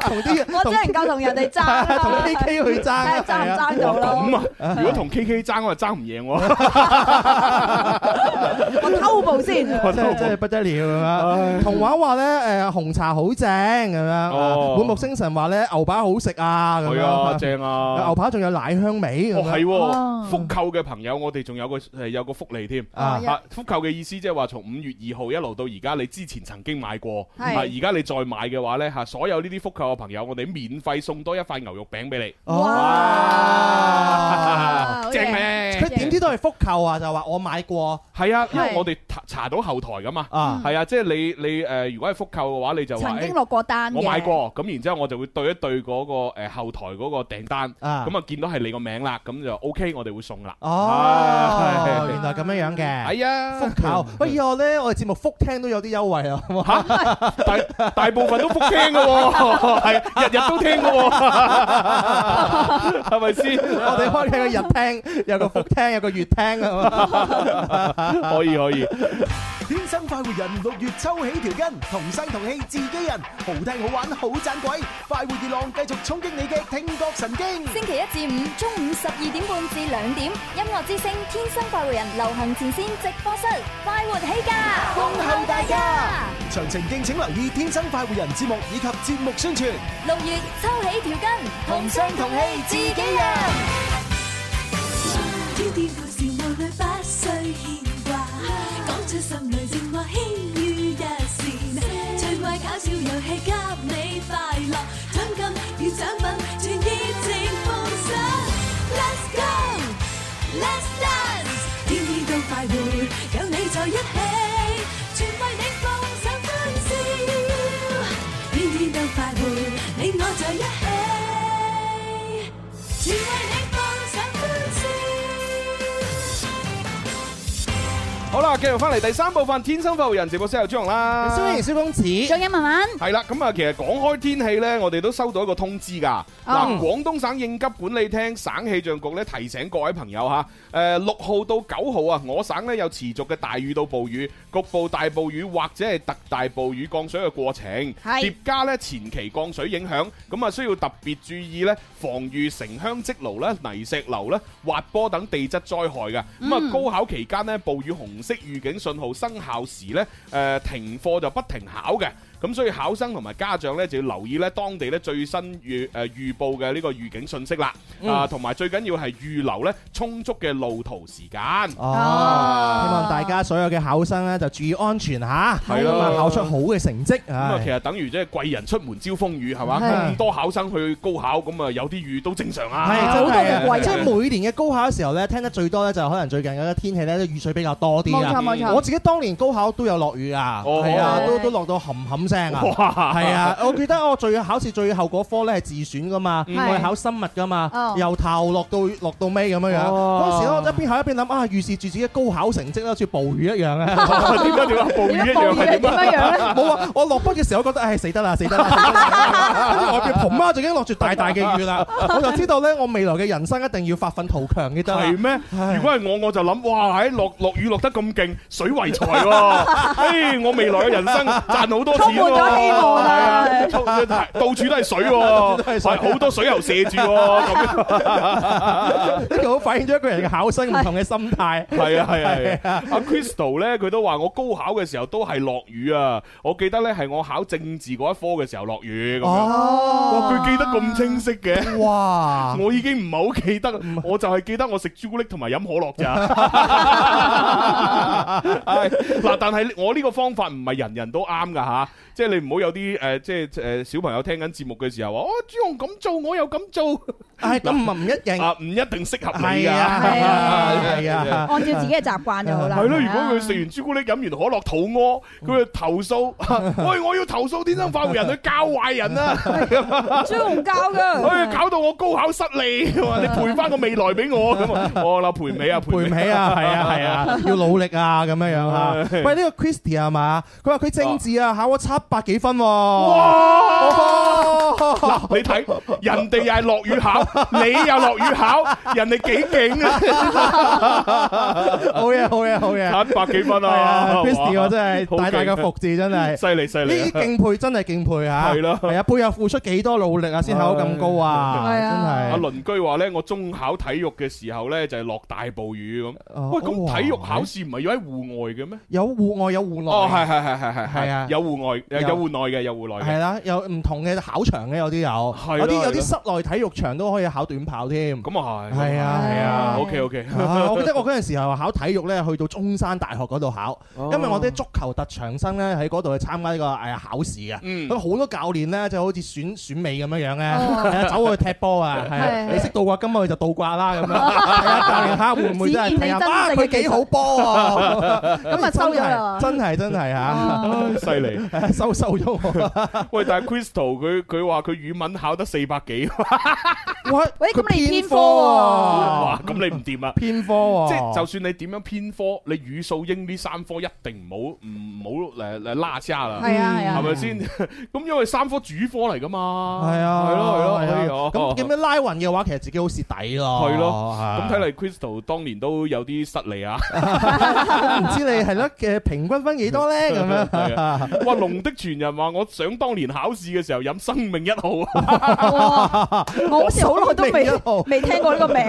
同啲
我只
同
能夠同人哋爭啊
同 A K 去爭
睇下爭唔
係啊
爭到
咁
咯。
啊！如果同 K K 爭，我就爭唔 贏我。
我偷步 先，
真係真係不得了咁樣。童話話咧，誒紅茶好正咁樣
哦
啊。滿目星辰話咧，牛扒好食啊咁
係啊，
樣。
正啊
牛！扒仲有奶香味咁
哦，
樣。
係喎，
啊
復購嘅朋友，我哋仲有個誒有個福利添。
哦
啊
啊，復購嘅意思即係話從五月二號一路到而家，你之前曾經買過，
係
啊，而家你再買嘅話呢，嚇，所有呢啲復購嘅朋友，我哋免費送多一塊牛肉餅俾你，
哦哇！
啊好嘢
正咩？
佢點知都係復購啊？就話我買過
係啊，因為
係嗯
我哋查查到後台噶嘛，
啊。
係啊，即係你你誒，如果係復購嘅話，你就話
曾經
誒
落過單嘅，
我買過，咁然之後我就會對一對嗰個誒後台嗰個訂單，
啊
咁啊見到係你個名啦，咁就 OK，我哋會送啦。
哦，
係
原來咁樣樣嘅。
係啊，
復購，喂，以後咧我哋節目復聽都有啲優惠啊，好唔好
大大部分都復聽嘅喎， 係日日都聽嘅喎，係咪先？
我哋開嘅個日聽，有個復聽，有個月聽啊嘛。
可以可以，
天生快活人，六月抽起條筋，同聲同氣自己人，好聽好玩好盞鬼，快活熱浪繼續衝擊你嘅聽覺神經。
星期一至五中午十二點半至兩點，音樂之聲天生快活人流行前線直播室，快活起價，恭候大家！
詳情敬請留意《天生快活人》節目以及節目宣傳。
六月抽起條筋，同聲同氣自己人。
天天故事母女不需牽掛，講出心裏情話輕於一線，趣怪搞笑遊戲給你快樂，獎金與獎品全熱情奉上。Let's go，Let's dance，天天都快活，有你在一起，全為你放上歡笑，天天都快活，你我在一起。全為你放上歡笑。
好啦，繼續翻嚟第三部分《天生發育人》直播室有張啦，
蕭敬小公子，
仲有文文，
係啦，咁啊，其實講開天氣呢，我哋都收到一個通知㗎。嗱，廣東省應急管理廳省氣象局咧提醒各位朋友嚇，誒六號到九號啊，我省呢有持續嘅大雨到暴雨，局部大暴雨或者係特大暴雨降水嘅過程，
係
疊加呢前期降水影響，咁啊需要特別注意呢防禦城鄉積流咧、泥石流咧、滑坡等地質災害嘅。咁啊，高考期間呢，暴雨紅色預警信號生效時呢，誒停課就不停考嘅。咁所以考生同埋家長咧就要留意咧當地咧最新預誒預報嘅呢個預警信息啦，啊同埋最緊要係預留咧充足嘅路途時間。
哦，希望大家所有嘅考生咧就注意安全吓，
係咯
咁啊考出好嘅成績
咁啊，
啊
其。實等於即係貴人出門招風雨係嘛？
係
咁多考生去高考，咁啊有啲雨都正常啊。
係
好
真
多
係
嘅貴
啊！
人
即係每年嘅高考嘅時候咧，聽得最多咧就可能最近嗰啲天氣咧都雨水比較多啲
冇錯
啊。
冇錯
我。自己當年高考都有落雨啊，
哦
係啊，
係
都都落到冚冚聲啊！
哇
係啊， 我記得我最考試最後嗰科咧係自選噶嘛，我
嗯
係考生物噶嘛
哦，
由頭落到落到尾咁樣樣。
哦
嗰時咧，我一邊考一邊諗啊，預示住自己高考成績咧，好似暴雨一樣咧。
點解點解暴雨一樣係點啊？
冇啊！我落筆嘅時候，我覺得唉死得啦，死得啦！死得啦跟住外邊蓬媽就已經落住大大嘅雨啦，我就知道咧，我未來嘅人生一定要發奮圖強嘅得啦
係。咩？
唉
如果係我，我就諗，哇！喺落落雨落得咁勁，水為財喎。誒，我未來嘅人生賺好多錢喎。
充滿咗希望啦
係啊充到處都係水喎，
處都係水
係好多水喉射住喎。咁樣
呢個好反映咗一個人嘅考生唔同嘅心態。
係啊係啊係啊！阿 Crystal 咧，佢都話我高考嘅時候都係落雨啊！我記得咧係我考政治嗰一科嘅時候落雨咁樣。
哦，
哇！佢記得咁清晰嘅。
哇！
我已經唔係好記得，我就係記得我食朱古力同埋飲可樂 咋。係嗱，但係我呢個方法唔係人人都啱噶吓，即係你唔好有啲誒，即係誒小朋友聽緊節目嘅時候話，哦，朱紅咁做，我又咁做，
唉，咁唔唔一定。
啊，唔一定適合你
係
㗎。
啊，係啊， 係啊。
按照自己嘅習慣就好啦。
係咯，如果佢食完朱古力飲完可樂肚屙，佢就投訴， 喂，我要投訴天生化育人去教壞人啊！
朱紅教 㗎，
哎，搞到我高考失利， 話你賠翻個未來俾我 咁啊！我啦賠尾啊，
賠
賠
唔
尾
起 啊，係啊，係啊，要努力啊，咁樣樣啊。
係
喂，呢個 Christy 係嘛？佢話佢政治啊，考咗七百幾分喎。
嗱，你睇人哋又係落雨考，你又 落雨考，人哋幾勁
好嘢，好嘢，好 嘢。
啊！七百幾分
係啊
啊
，Christy 我真
好
係大大
勁啊
嘅服字，真係。
犀利犀
呢
利
啲敬佩真係敬佩啊！
係咯
係啊，背後付出幾多努力啊，先考咁高啊！
係啊
啊！
真係。
鄰居話咧，我中考體育嘅時候咧就係落大暴雨咁。
哦
喂，咁體育考
哇
試唔係要喺戶外嘅咩？
有戶外有戶內。
哦，係係係係係
係啊
有戶外有
有
有戶內嘅有戶內
係
嘅。
啦，有唔同嘅考場嘅，有啲
係
有，有
咯
啲有
係
啲室內體育場都可以考短跑添。
咁啊係。
係啊
係
係
啊
啊。
OK OK。
啊我記得我嗰陣時候考體育咧，去到中山大學嗰度考，
哦
因為我啲足球特長生咧喺嗰度去參加呢個誒考試嘅。
嗯
咁。好多教練咧就好似選選美咁樣樣咧，
哦
係啊走過去踢波啊，係啊
係哦
你識倒掛金佢就倒掛啦咁樣，係啊教練睇下會唔會真 係睇下，
只見你真正嘅
哇佢幾好波啊！
咁啊收咗啦 哦
真係真係嚇，
唉犀 利！
收收咗我。
喂，但係 Crystal 佢佢話佢語文考得四百幾，
哇！
喂
佢
咁你偏科
喎
哇！，咁你唔掂啊！
偏科喎，
即係就算你點樣偏科，你語數英呢三科一定唔好唔好誒誒拉沙啦，
係啊係
係
啊，
咪先？咁因為三科主科嚟噶嘛，
係啊，
係咯哎
係
係
啊
咯，
咁
咁
咁樣拉勻嘅話，其實自己好蝕底咯。
係咯
係啊
咁睇，嚟 Crystal 當年都有啲失利啊！
唔知你係咯嘅平均分幾多 咧？ 咁
係啊
樣
哇，龍的傳人話我想當年考試嘅時候飲生命一號啊，
哇我好似好耐都 未
生命一號
未聽過呢個名，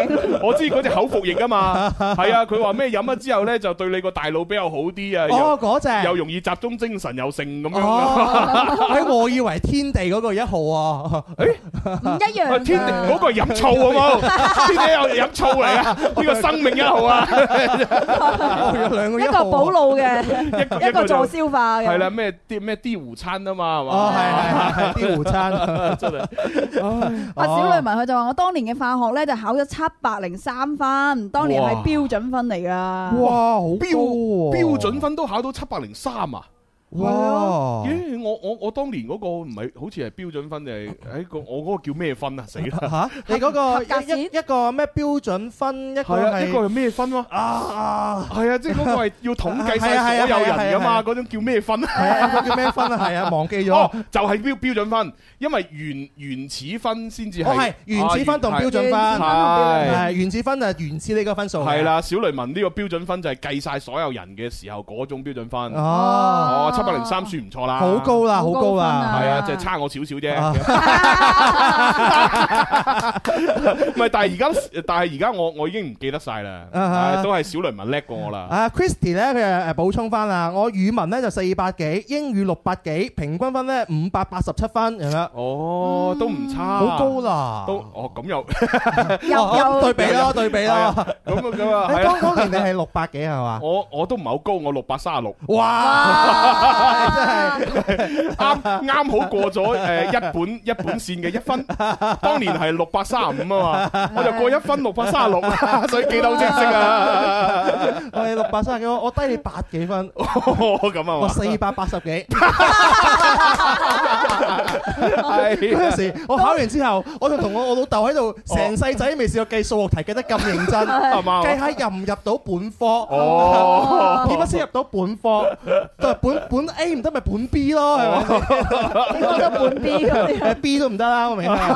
我知嗰隻口服液 啊嘛，係啊，佢話咩飲咗之後呢，就對你個大腦比較好啲啊，又
哦，嗰隻
又容易集中精神又盛咁樣啊。
哦， 哎我以為天地嗰個一號喎，
唔一樣
喂啊
㗎。
天地嗰個係飲醋好 冇？天地又飲醋嚟啊！呢個生命一號啊，
哦 有兩個
一
一
個
號。
補腦 嘅，
一個
一個
就
做消化嘅。
係啦，咩啲咩啲湖餐啊嘛，係
啊哦，
嘛？
係係係哦啲湖餐。
真係
阿小雷文佢就話：我當年嘅化學咧就考咗七百零三分，當年係標準分嚟噶。
哇，好標
標標準分都考到七百零三啊！
哇！
咦，我我我當年嗰個唔係好似係標準分定係誒
哦
個我嗰個叫咩分啊？死啦！
嚇，你嗰個
合格線
一一個咩標準分，一個
係啊，呢個
係
係咩分 啊？
啊啊！
係啊，即係嗰個係要統計
係啊係
晒
啊係
所有
啊
人
係
噶
啊係
嘛，
啊
嗰種叫咩分啊？
係啊，佢叫咩分啊？係啊，忘記咗。哦，，
哦就係標標準分，因為原原始分先至係
哦係原始分同
啊
標準分，
原始分同標
係
係原始分就係原始呢個分數。
系，啦，小雷文呢個標準分就係計晒所有人嘅時候嗰種標準分。
哦，
哦，七百零三算唔錯啦，
好高啦，好高啦。
係啊，
啊
就係差我少少啫
啊。
唔係，但係而家，但係而家我我已經唔記得晒啦，
啊哈
啊都係小雷文叻過我啦。
啊，Christy 咧，佢誒誒補充翻啦，我語文咧就四百幾，英語六百幾，平均分咧五百八十七分，咁樣
哦，都唔差，
好高，啦。
都哦咁又
又
哦
又
對比啦，對比
係啊
啦。
咁啊咁啊，
誒
係啊
當當年你係六百幾係嘛？
我我都唔係好高，我六百三十六。
哇！
啱啱好過咗誒一本一本線 嘅一分，當年係六百三十五啊嘛，我就過一分六百 三十六，所以記得好清晰啊！
我哋六百三十幾，我我低你八幾分，
咁 啊
我
嘛，
四百八十 幾。啊 嗰陣
係
時我考完之後，我就同我我老豆喺度，成世仔都未試過計數學題計得咁認真，
係嘛
計下入唔入到本科，
哦，
點樣先入到本 科？都係本本 A 唔得咪本 B 咯，係
哦
咪先？
你講到半 B 嗰啲，
誒 B 都唔得啦，我明啦，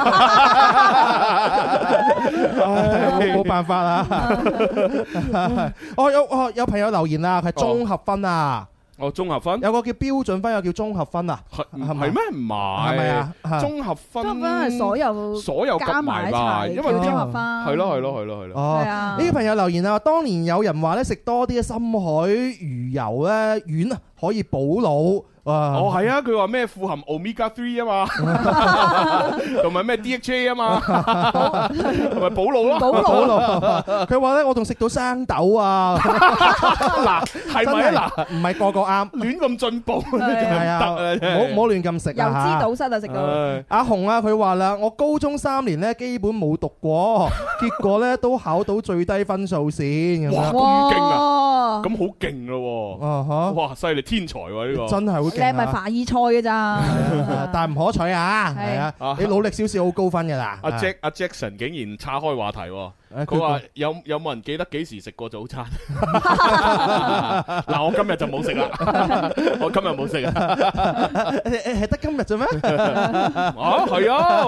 唉冇冇辦法 啦。我有我有朋友留言啊，佢係綜合分啊，
哦，綜合分
有個叫標準分，有個叫綜合分啊，
係
係咪
係咩？唔
係咪
係
啊，？
綜合分
根本係所有
所有夾
加埋
埋
一
吧，
齊，
因為
為
叫
啲
綜合翻，
係咯係咯係咯係咯，
哦
係。啊，
呢個朋友留言啊，當年有人話咧食多啲嘅深海魚油咧丸啊可以補腦啊。
哦係啊，佢話咩富含 omega three 啊嘛，同埋咩 DHA 啊嘛，同埋補腦咯，
補
補腦
腦，佢話咧我仲食到生豆啊，
嗱係咪啊嗱？
唔係個個啱，
亂咁進步，真
係
係
啊，
唔得啊！
唔好唔好亂咁食
又
啊
知
嚇
道失啊，食到。
唉
阿紅啊，佢話啦，我高中三年咧基本冇讀 過，結果咧都考到最低分數線咁
哇
樣。
咁勁啊！
啊！
咁好勁咯喎！
哦
哇，犀利天才喎呢
呵，
個！
真係好
你係
勁
咪
啊！
凡爾賽嘅咋？
啊 但唔可取啊，
係
係啊
啊，
你努力少少好高分㗎啦。
阿 Jack 阿 Jackson 竟然岔開話題喎，
誒
佢
啊佢
話有有冇人記得幾時食過早 餐？嗱，我今日就冇食 啦，我今日冇食啊！
誒誒係得今日啫咩？
啊，係啊，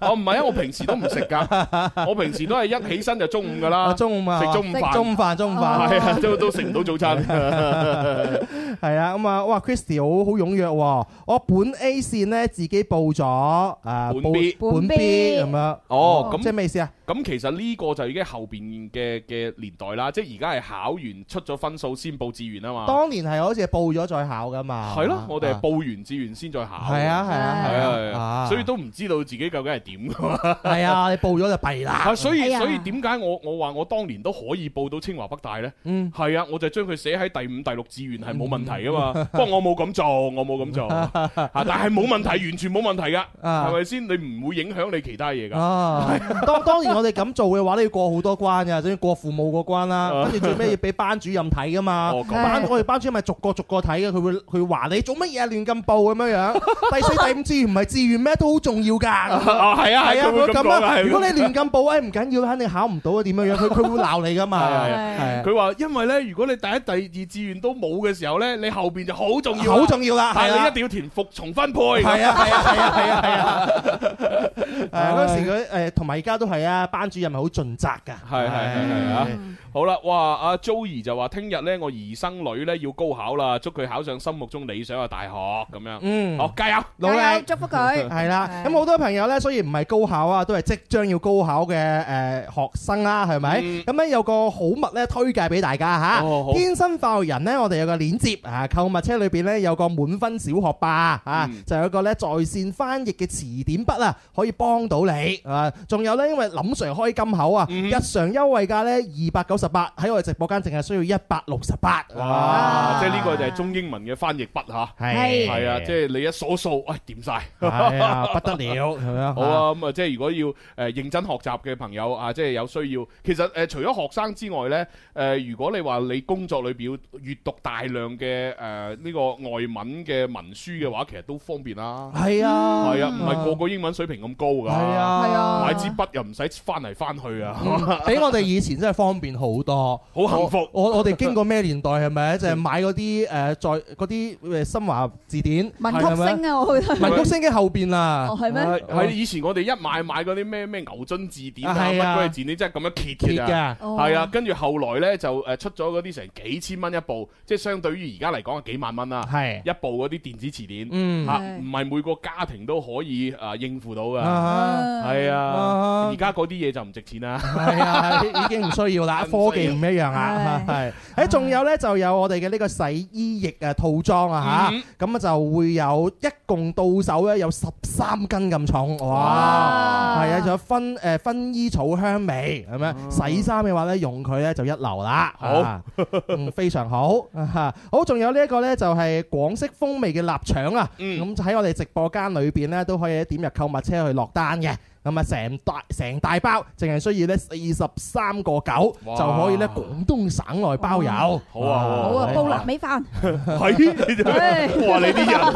我唔係啊，我平時都唔食㗎，我平時都係一起身就中午㗎
啊，
啦，
中午啊，
食中午飯
中午飯，中午飯，
係啊，都都食唔 到早餐。
係啊，咁啊，哇，Christy 好好踴躍喎，我本 A 線咧自己報咗，啊，
本
報
B
本
本
B
B
咁樣，
哦，
即係咩意思啊？
咁其實呢個就已經係後邊嘅嘅年代啦，即係而家係考完出咗分數先報志願啊嘛。
當年係好似係報咗再考噶嘛，
係咯，我哋係
啊
報完志願先再考。
係啊係啊
係啊，係
係
啊，
啊，
所以都唔知道自己究竟係點噶嘛。
係啊，你報咗就弊啦
啊，， 所以
哎呀
所以點解我我話我當年都可以報到清華北大呢？
嗯，
係啊，我就將佢寫喺第五、第六志願係冇問題噶
嗯
嘛。不過我冇咁做，我冇咁 做，啊但係冇問題，完全冇問題噶，
啊
係咪先？你唔會影響你其他嘢噶。
啊， 當當然我哋咁做嘅話，你要過好多關嘅，仲要過父母個關啦，
啊
跟住最尾要俾班主任睇噶嘛
哦。咁
班我哋班主任咪逐個逐個睇嘅，佢會佢會話你做乜嘢啊，亂咁報咁樣樣。第四、第五志願唔係志願咩，都好重要㗎。
啊， 係啊，
係
係
啊，
啊，佢會
佢
咁
咁
講啊
啊！
係
如果你亂咁報，哎唔緊要，肯定考唔到啊，點樣樣？佢佢會鬧你噶嘛？
係啊係
係啊
佢話：因為咧，如果你第一、第二志願都冇嘅時候咧，你後邊就好重要，啊
好，重要啦，
但
係
係你
啦
一。定要填服從分配。
係啊係啊係啊係啊 係啊！誒嗰陣時佢誒同埋而家都係啊，班主任係好盡責㗎。
係係係係啊！好啦，哇！阿 Joey 就話：聽日咧，我兒生女咧要高考啦，祝佢考上心目中理想嘅大學咁樣。
嗯，
好，加油！
努力。
加油祝福佢。
係啦，
係
咁好多朋友咧，雖然唔係高考啊，都係即將要高考嘅誒呃學生啦，係咪？
嗯
咁咧有個好物咧推介俾大家吓，
哦好
天生化育人呢，我哋有個鏈接啊，購物車裏邊咧有個滿分小學霸啊，
嗯
就有一個咧在線翻譯嘅詞典筆啊，可以幫到你啊。仲有咧，因為林 Sir 開金口啊，
嗯
日常優惠價咧二百九十八，喺我哋直播間淨係需要一百六十八。啊
哇！即係呢個就係中英文嘅翻譯筆嚇。
係
係啊，即係你一數數，喂，掂晒。
係啊，不得了，係咪啊？
好啊，咁啊，即係如果要誒認真學習嘅朋友啊，即係有需要。其實誒，除咗學生之外呢，呃誒，如果你話你工作裏邊要閱讀大量嘅誒呃呢個外文嘅文書嘅話，其實都方 便啦。
係啊，
係啊，唔係個個英文水平咁高㗎。
係啊，
係啊
買支筆又唔使翻嚟翻去啊，
嗯比我哋以前真係方便好多。
好幸福。
我我哋經過咩年代係咪 就係買嗰啲誒在嗰啲誒新華字典、
文曲星啊，我覺得。
文曲星嘅後邊啊啦
哦，。係咩？
係係以前我哋一買買嗰啲咩咩牛津字典啊，
啊係
乜
啊
鬼字典，真係咁樣揭
揭
嘅咋。
哦嘅，
係啊，跟住後來呢，就誒出咗嗰啲成幾千蚊一部，即係相對於而家嚟講係幾萬蚊啦。
係
一部嗰啲電子詞典，
嗯
嚇
係
唔係每個家庭都可以啊應付到噶。
啊
係啊，
啊
而家嗰啲嘢就唔值錢啦。
係啊，已經唔需要啦，課科技唔一樣啊， 係。誒，仲有咧就有我哋嘅呢個洗衣液誒套裝啊
嗯
嚇，咁啊就會有一共到手咧有十三斤咁重，哇！
哇
係啊，仲有薰誒薰衣草香味咁樣，洗衫嘅話咧用佢咧就一流啦，
好
啊，嗯非常好啊好，仲有呢一個咧就係廣式風味嘅臘腸啊，
嗯
咁就喺我哋直播間裏邊咧都可以點入購物車去落單嘅。咁啊，成大成大包，淨係需要咧四十三個九
哇
就可以咧廣東省內包郵。
好啊
好啊，煲臘味飯，
係你真
唉
係哇！你啲人啊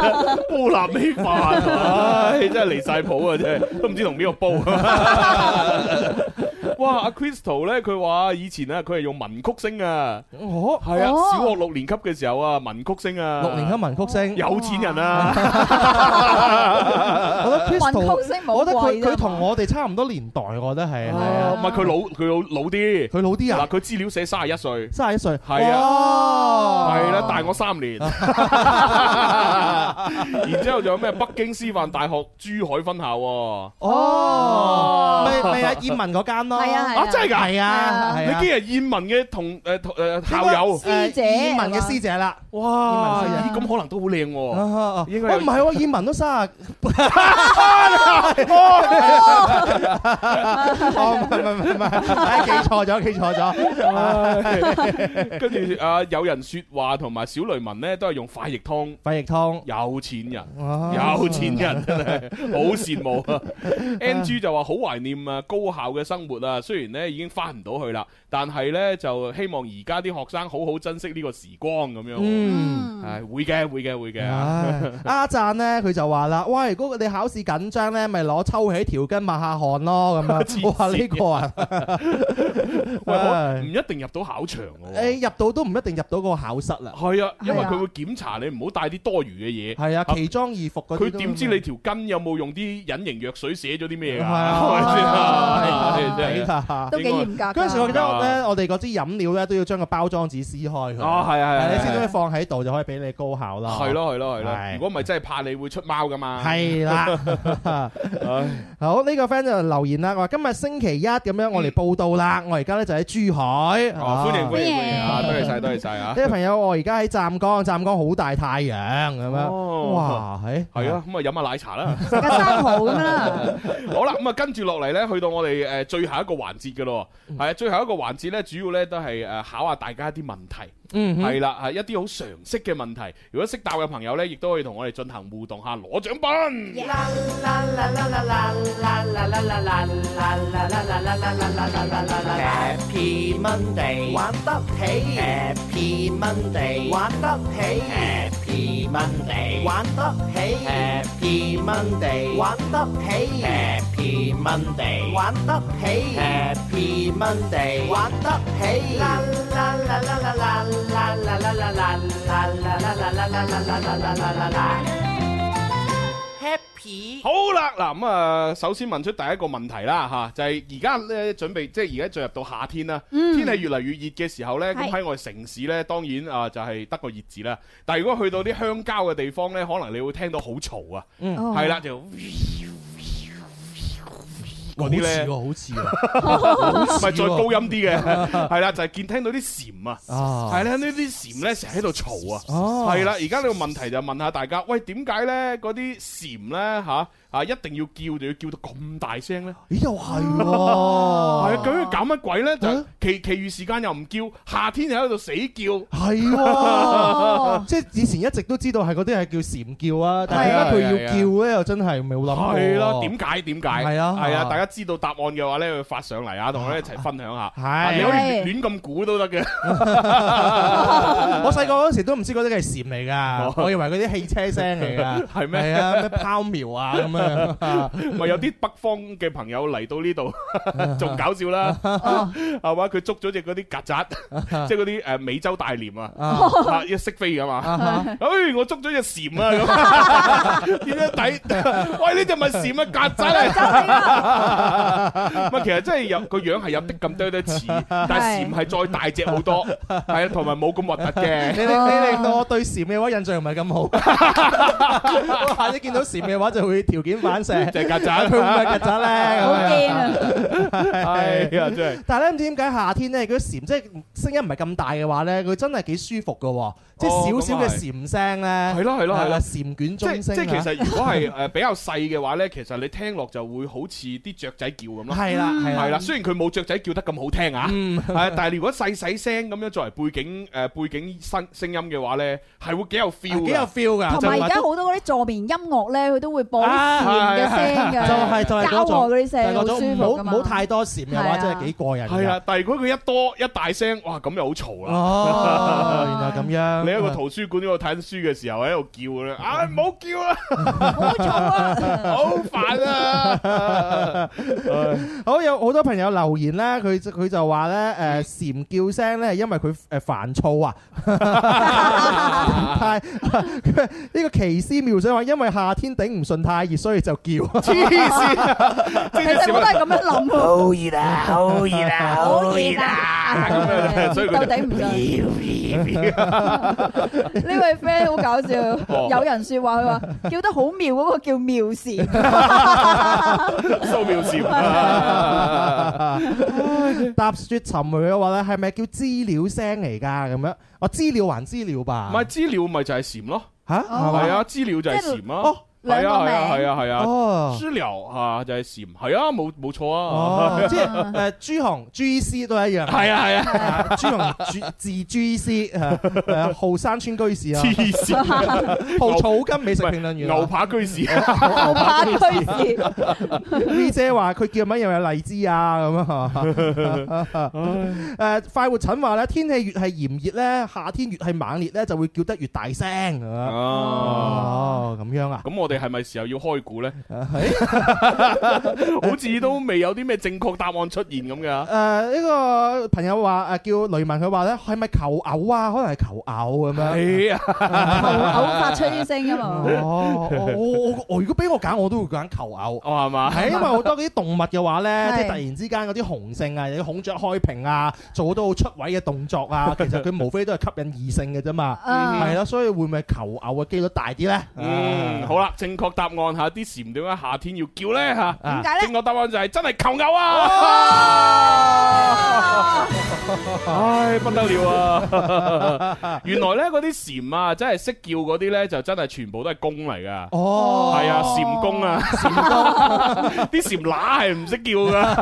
煲臘味飯，啊唉，真係離晒譜啊！真係都唔知同邊 個煲。哇！阿 Crystal 咧，佢話以前啊，佢係用民曲星啊，
哦，
係啊，
哦
小學六年級嘅時候啊，民曲星啊，
六年級哦文曲星，
有錢人啊，
我覺得 Crystal，
雲曲星
我
冇
覺得佢
貴啫
佢同我哋差唔多年代，我覺得係係
唔
啊，
係佢老佢老老啲，
佢老啲
嗱
啊，
佢資料寫三十一歲，
三十一歲，
係啊
哦
係啦，大我三年。然之後仲有咩北京師範大學珠海分校喎？
哦，咪咪阿燕文嗰間咯，
係啊係啊
啊，真係㗎！
係啊，係
你
啊
竟然燕文嘅同誒同誒校友，
誒
師姐
燕文嘅師姐啦，
哇！
燕文師
咦，咁可能都好靚
哦
喎。
哦
應該有
唔係喎，燕文都三十，哦唔係唔係唔係唔係，唉記錯咗記錯咗，
跟住啊，有人説話同埋小雷文咧，都係用快譯通。
費亦通。
有錢人，
哦
有錢人真係好羨慕 啊！NG 就話好懷念啊高校嘅生活啊，雖然咧已經翻唔到去啦，但係咧就希望而家啲學生好好珍惜呢個時光咁樣。
嗯。
係會嘅，會嘅，會嘅。
唉阿贊咧，佢就話啦：，喂，如果你考試緊張咧，咪攞抽起條巾抹下汗咯，咁
黐
樣。
線
哇，呢個啊，
喂，我唔
唉
一定入到考場嘅喎。
誒入到都唔一定入到個考室啦。
係啊，因為
係啊
佢會檢查你唔好帶啲多餘嘅嘢。
係啊，奇裝異服嗰啲
佢
都。
點知你條筋有冇用啲隱形藥水寫咗 啲咩
係
㗎？
啊？
係咪
係
先
啊
啊？
係啊
都幾嚴格 㗎。
嗰陣時我記得咧，我哋嗰支飲料咧都要將個包裝紙撕開佢。
哦，係啊係
係
啊係
你
啊
先可以放喺度，就可以俾你高考啦。
係。咯係咯係咯，
係
如果唔係真係怕你會出貓噶嘛。
係 啦。好呢個 friend 就留言啦，話今日星期一咁樣，我嚟報到啦。我而家咧就喺珠海。啊
嗯哦，歡迎歡迎
歡
歡迎
迎
啊！多謝晒多謝晒
呢
啊！
個朋友，我而家喺湛江，湛江好大太陽咁樣。
哦，
哇，係
係啊，咁啊飲下奶 茶啦。
食下生蠔咁樣啦，
好啦，咁啊跟住落嚟咧，去到我哋誒最後一個環節嘅咯。
嗯
係啊，最後一個環節咧，主要咧都係誒考下大家一啲問題。
嗯哼，
係啦，係一啲好常識嘅問題。如果識答嘅朋友呢，亦都可以同我哋進行互動下，攞獎品。
Happy Monday，玩得起。Happy Monday，玩得起。Happy Monday，玩得起。Happy Monday，玩得起。Happy Monday，玩得起。Happy Monday，玩得起。啦啦啦啦啦啦啦啦啦啦啦啦啦啦啦啦啦啦啦啦。Happy。
好啦，嗱咁啊，首先問出第一個問題啦吓，就係而家呢，準備，即係而家進入到夏天啦，天氣越嚟越熱嘅時候呢，
係
咁喺我哋城市呢，當然啊就係得個熱字啦。但係如果去到啲鄉郊嘅地方呢，可能你會聽到好嘈啊，
哦
係啦就
好
嗰啲呢
似喎， 好似喎，
咪再高音啲嘅， 係啦就係見聽到啲蟬啊。
啊，
係咧，呢啲蟬咧成日喺度嘈啊！
哦
係啦，而家呢個問題就問下大家，喂，點解咧嗰啲蟬咧吓啊一定要叫就要叫到咁大聲咧？
咦，又係喎，
係 啊，究竟搞乜鬼咧？就
哦啊
其其餘時間又唔叫，夏天又喺度死叫，
係 喎，即係以前一直都知道係嗰啲係叫蟬叫啊，但係
係啊
點解佢
係
要
啊
叫咧？又真係冇諗過。
係啦，點解點解？
哦係啊
係啊！
啊
大家知道答案嘅話咧，要發上嚟啊，同我哋一齊分享下。
係
啊你可以
係
亂咁估都得嘅。
我細個嗰時都唔知嗰啲係蟬嚟㗎，我以為嗰啲汽車聲嚟㗎，
係咩
係啊，咩拋苗啊咁樣。
咪有啲北方嘅朋友嚟到呢度， 仲搞笑啦，係嘛？佢捉咗只嗰啲曱
啊
甴，即係嗰啲誒美洲大蠊啊，啊一識飛噶嘛。哎，我捉咗只 蟬 啊啊咁，點樣抵？喂，呢只咪蟬啊，曱甴嚟。唔係，其實真係有個樣係有啲咁多啲似，但係蟬係再大隻好 多，係啊，同埋冇咁核突嘅。
你令你令到我對蟬嘅話印象唔係咁好，我下次見到蟬嘅話就會條件反射，
就係曱
佢會唔
甴，
會係曱甴咧？
好
咁樣
驚啊！
係啊，真係。
但係咧唔知點解夏天咧，嗰啲蟬即係聲音唔係咁大嘅話咧，佢真係幾舒服嘅喎，即
哦
係少少嘅蟬聲咧。
係啊咯係咯係咯
蟬卷
即係
中
即
聲
係
啊。
其實如果係誒比較細嘅話咧，其實你聽落就會好似啲雀仔叫咁咯。啊嗯
係啦係啦 嗯
係啦，雖然佢冇雀仔叫得咁好聽啊，係但係如果細細聲咁樣作為背景誒背景聲聲音嘅話咧，係會幾有
係
feel 啊
幾有
嘅。
feel 㗎。
同埋
就
而
係
家
都
好多嗰啲助眠音樂咧，佢都會播啲
啊
蟬嘅聲㗎，
就係就係
交
嗰
和
種，
嗰
就係
啲聲，好
嗰
舒
種唔
服㗎
好唔
嘛。
好太多蟬嘅話，
係啊
真係幾過癮㗎。
係啦，但係如果佢一多一大聲，哇咁又好嘈啦。
哦，原來咁樣。
你喺個圖書館嗰度睇書嘅時候喺度叫咧，啊唔好叫啦，
好嘈 啊！
好煩啊！
好有好多朋友留言咧，佢佢就話咧誒蟬叫聲咧，因為佢誒煩躁啊。太 佢呢個奇思妙想話，因為夏天頂唔順太熱，所以就叫。
黐線，
其實我都係咁樣諗啊，
好熱啊！好熱啊！
好熱啊！
咁樣所以佢
到
就
底唔信。呢位 friend 好搞
哦
笑，有人説話佢話叫得好妙嗰個叫妙蟬，
蘇妙 笑。
踏雪尋梅嘅話咧，係咪叫資料聲嚟㗎？咁樣，我資料還資料吧。
唔係資料咪就係蟬咯，
嚇，係
係
咪？
啊，資料就係蟬啊，
哦
係啊，係
兩
啊，
個
係啊，係啊，
哦
資料啊就係蟬，係啊，冇冇錯啊，
哦，即係誒朱紅、朱醫師都一樣。
係啊，係啊，
啊朱紅朱字朱醫師誒誒呃浩山村居士啊，
黐線，
蒲草根美食
唔
評論
係
員
牛
啊。
扒居士，
好怕居士。
V 姐話佢叫乜又有荔枝啊咁啊，誒快活診話咧，天氣越係炎熱咧，夏天越係猛烈咧，就會叫得越大聲啊。
哦。
哦，咁樣啊，
咁我哋係咪時候要開估呢？
誒
好似都未有啲咩正確答案出現咁嘅。
誒呢個朋友話誒叫雷文，佢話咧係咪求偶啊？可能係求偶咁樣。
係啊，
求偶發出啲聲音啊嘛，
哦，我我我我如果俾我揀，我都會揀求偶。
哦係嘛，
係因為好多嗰啲動物嘅話 咧，
係
即係突然之間嗰啲雄性啊，有啲孔雀開屏啊，做好多好出位嘅動作 啊，其實佢無非都係吸引異性嘅啫嘛。
啊
係啦，所以會唔會求偶嘅機率大啲啊咧？
嗯，好啦，正確答案吓，啲蟬點解夏天要叫呢？吓？
啊
點解
正
嗯咧？哦
確答案就係真係求偶啊！
啊
唉，不得了啊！ 原來咧嗰啲蟬啊，真係識叫嗰啲咧，就真係全部都係公嚟噶。
哦，
係啊，蟬公啊，蟬公， 啲蟬乸係唔識叫噶。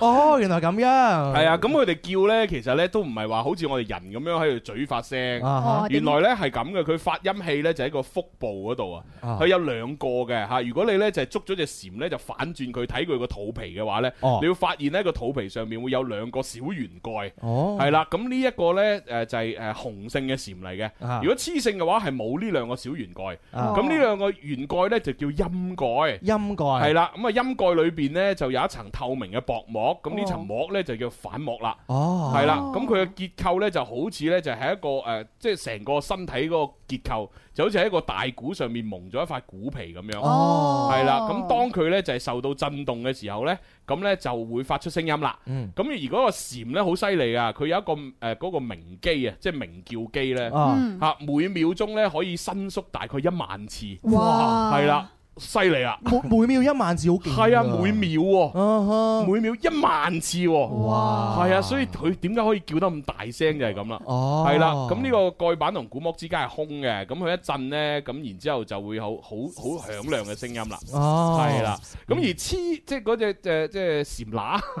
哦，原來咁樣。
係
係
啊，咁佢哋叫咧，其實咧都唔係話好似我哋人咁樣喺度嘴發聲。
啊
哦
原來咧係咁嘅，佢發音器咧就喺個腹部嗰度啊，
啊
佢有兩個嘅嚇。如果你咧就係捉咗隻蟬咧，就反轉佢睇佢個肚皮嘅話咧，
哦
你會發現咧個肚皮上面會有兩個小圓蓋。
哦，
係啦，咁呢一個呢，誒就係誒雄性嘅蟬嚟嘅。
啊
如果雌性嘅話，係冇呢兩個小圓蓋。
啊
咁呢兩個圓蓋呢，就叫陰蓋。
陰蓋
係啦，咁啊陰蓋裏邊呢，就有一層透明嘅薄膜，咁呢層膜呢，就叫反膜啦。
哦，
係啦，咁佢嘅結構呢，就好似呢，就係一個誒，即係成個身體嗰個結構，就好似喺一個大鼓上面蒙咗一塊鼓皮咁樣。
哦
係啦，咁當佢呢，就係受到震動嘅時候呢，咁呢就會發出聲音啦。
嗯
咁而嗰個蟬咧好犀利啊！佢有一個誒嗰、個鳴機啊，即係鳴叫機咧，嚇、
啊
嗯
每秒鐘咧可以伸縮大概一萬次，
哇，
係啦，犀利啊！
每每秒一萬字好勁㗎。
係啊，每秒喎、
啊哈
每秒一萬次喎、
哇
係啊，所以佢點解可以叫得咁大聲就係咁啦。
哦，
係啦，咁呢個蓋板同鼓膜之間係空嘅，咁佢一震呢，咁然之後就會好好好響亮嘅聲音啦。
個哦
係啦，咁而黐即係嗰隻誒即係蟬乸。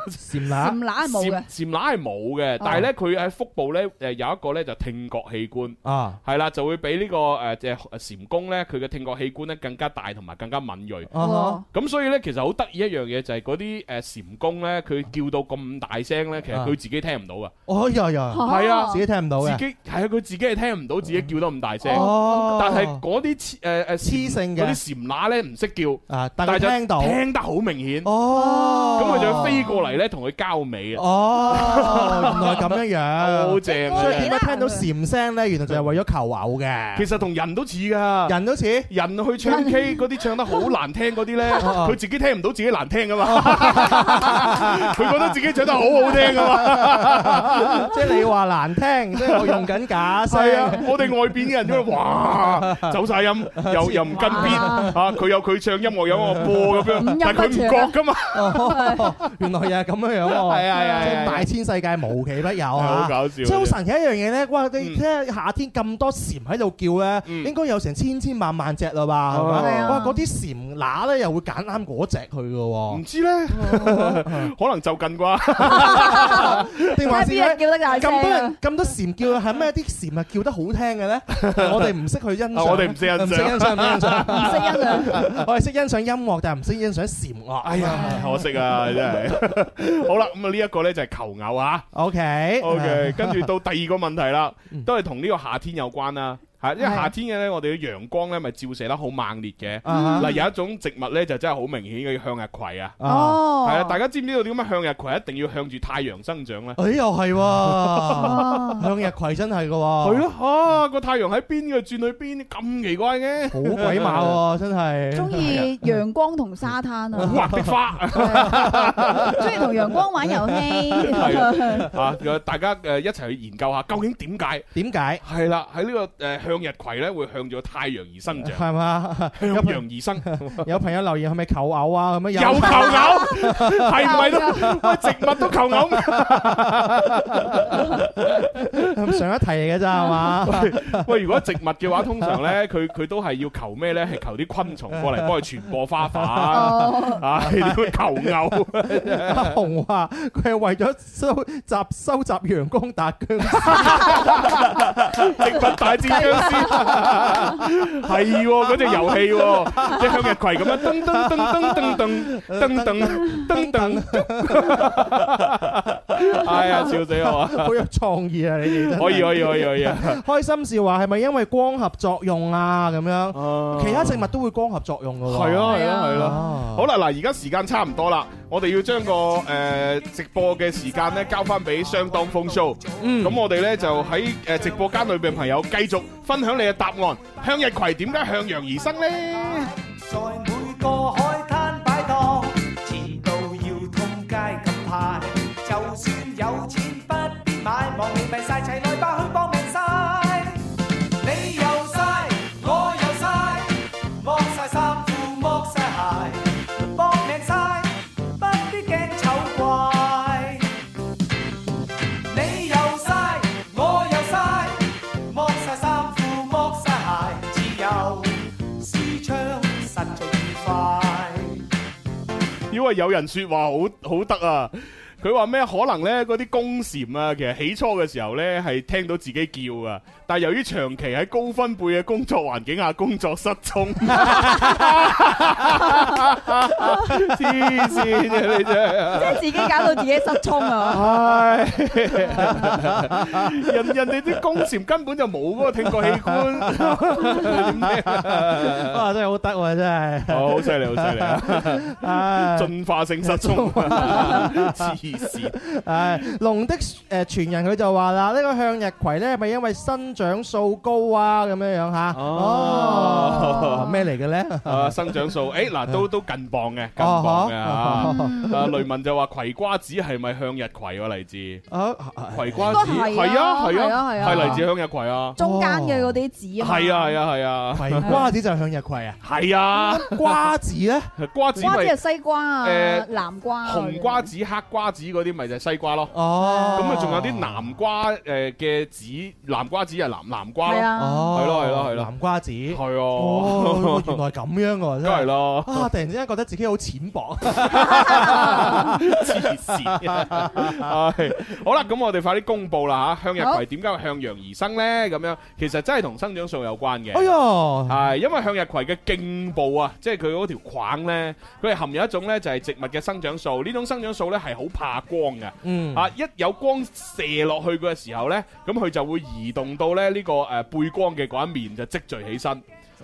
蟬乸
蟬，
蟬乸係冇嘅
蟬乸係冇
哦
嘅，但係咧佢喺腹部咧誒有一個咧就聽覺器官。
啊
係啦，就會比呢、個誒隻蟬公咧，佢嘅聽覺器官咧更加大同埋更加敏鋭。
啊哈
咁所以咧，其實好得意一樣嘢就係嗰啲誒蟬公咧，佢叫到咁大聲咧，其實
啊
佢自己聽唔到噶，
哦呀呀，
係啊
自己聽唔到
自
嘅。
己係啊，佢自己係聽唔到自己叫得咁大聲。
哦，
但係嗰啲蟬誒誒
雌性嘅
嗰啲蟬乸咧唔識叫，
啊，但
但
係
係就
聽到。
聽得好明顯。
哦，
咁佢就會飛過嚟咧，同佢交尾啊，
哦，原來咁
好
樣樣。
正
哦所以
啊！
點解聽到蟬聲咧？原來就係為咗求偶嘅。
其實同人都似㗎。
人都似
人去唱 K 嗰啲唱 得好難聽嗰啲咧，
哦
佢自己聽唔到自己難聽噶嘛， 佢覺得自己唱得好好聽噶嘛。
即係你話難聽，即係我用緊假聲。
係啊，我哋外邊嘅人因為哇走晒音， 又又唔跟邊
哇
啊，佢有佢唱音樂有我播咁樣
五，音
但係佢唔
不全
覺
啊
噶嘛，
哦，原來又係咁樣樣喎，
係啊係啊
即
係啊
係大千世界無奇不有
係
啊！
好搞笑
即。係好神奇一樣嘢咧，哇！你睇下夏天咁多蟬喺度叫咧，
嗯
應該有成千千萬萬隻啦吧？係
係
咪？
啊
哇！嗰啲蟬乸咧又會揀啱嗰只去嘅
唔
喎，
知咧，可能就近啩，
定還是
邊
咧
人叫得大聲
咁多
啊
人？咁多蟬叫係咩？啲蟬係叫得好聽嘅咧，我哋唔識去欣賞，
我哋唔識欣賞
唔識欣賞，唔識欣賞，
唔識欣賞。
我哋識欣賞音樂，但係唔識欣賞蟬樂。哎呀
可惜啊，真係。好啦，咁啊呢一個咧就係求偶啊。
，OK
OK，跟住到第二個問題 啦，
嗯
都係同呢個夏天有關啦。嚇，因為
係
夏天嘅咧，我哋嘅陽光咧咪照射得好猛烈嘅。
啊
嗱，有一種植物咧就真係好明顯嘅向日葵啊。
哦，
哦，
係啊，大家知唔知道點解向日葵一定要向住太陽生長咧？
哎又係喎，
哦
向日葵真係嘅喎，
係咯，啊個太陽喺邊佢轉去邊，咁奇怪嘅。
好鬼馬喎，真係。
中意陽光同沙灘 啊，
畫 的花
中意同陽光玩遊戲，
係啊！大家誒一齊去研究下，究竟點解
點 解？
係啦？喺呢個誒向日葵咧會向住太陽而生長，
係嘛？
向陽而生。
有朋友留言係咪求偶啊？咁樣
有求
有
偶，係唔係都喂植物都求偶咩？
上一題嚟嘅咋係嘛？
喂，如果植物嘅話，通常咧佢佢都係要求咩咧？係求啲昆蟲過嚟幫佢傳播花粉
哦，
啊！點會求偶？
阿紅話佢係為咗收集收集陽光打僵屍，
植物大戰僵屍係喎，嗰隻遊戲喎，即向日葵咁樣噔噔噔噔噔噔噔噔噔噔，哎呀，笑死我啊！
好有創意啊！你哋真 係
可以可以可以可以啊！
開心笑話係咪因為光合作用啊？咁樣其
其
他植物都會光合作用嘅喎。
哦係啊係啊係啦。
啊，
好啦，嗱，而家時間差唔多啦，我哋要將個誒、呃直播嘅時間咧交翻俾相當風 show。
嗯
咁我哋咧就喺誒、呃直播間裏邊嘅朋友繼續分享你嘅答案。向日葵點解向陽而生呢？
在每個海灘擺檔，甜到要通街咁派。就算有錢不必買，望你咪晒齊來吧去搏命晒。你又晒，我又晒，剝晒衫褲剝晒鞋，搏命晒，不必驚醜怪。你又晒，我又晒，剝晒衫褲剝晒鞋，自由。舒暢實在愉快。
因為有人説話好好得啊！佢話咩？可能呢嗰啲公蟬啊，其實起初嘅時候呢係聽到自己叫啊，但係由於長期喺高分貝嘅工作環境下工作失聰，黐線嘅你真係啊
即係自己搞到自己失聰
哦
啊！
唉，人人哋啲弓蟬根本就冇嗰個聽覺器 官，點咩啊
哇真係好得喎 真係。
哦好犀利，好犀利啊！
唉
進化性失聰， 黐線。
誒龍的誒傳人佢就話啦，呢個向日葵咧係咪因為生長素高啊咁樣樣嚇？
哦
哦，咩嚟嘅咧？
啊，生長素，誒嗱，都都近磅
哦
嘅，近磅嘅啊！啊，雷文就話葵瓜子係咪向日葵喎？嚟自
啊，
葵瓜子
應該係啊
係啊係
係啊係
啊，
啊
係嚟自向日葵啊！
中間嘅嗰啲紙啊嘛，
係啊係啊係啊
葵瓜子就係向日葵啊，
係啊！
瓜子咧
瓜子
瓜子係
咪
西瓜啊
誒，
南瓜啊，
紅瓜子、黑瓜子嗰啲咪就係西瓜咯。
哦，
咁啊，仲有啲南瓜誒嘅子，南瓜子係南南瓜
係
咯，
啊，
哦，
係咯係咯係咯
南瓜子，哦
係，
原來咁樣嘅喎，
啊，
真
梗係
係。
咯，
啊！突然之間覺得自己好淺 薄，
黐線，係好啦，咁我哋快啲公佈啦嚇，向日葵點解會向陽而生咧？咁樣其實真係同生長素有關
哎
嘅。
呦，
係，因為向日葵嘅莖部啊，即係佢嗰條框咧，佢係含有一種咧就係植物嘅生長素，呢種生長素咧係好怕光嘅。
嗯，
啊！一有光射落去呃嘅時候呢，咁佢就會移動到咧呢個誒背光嘅嗰一面就積聚起身。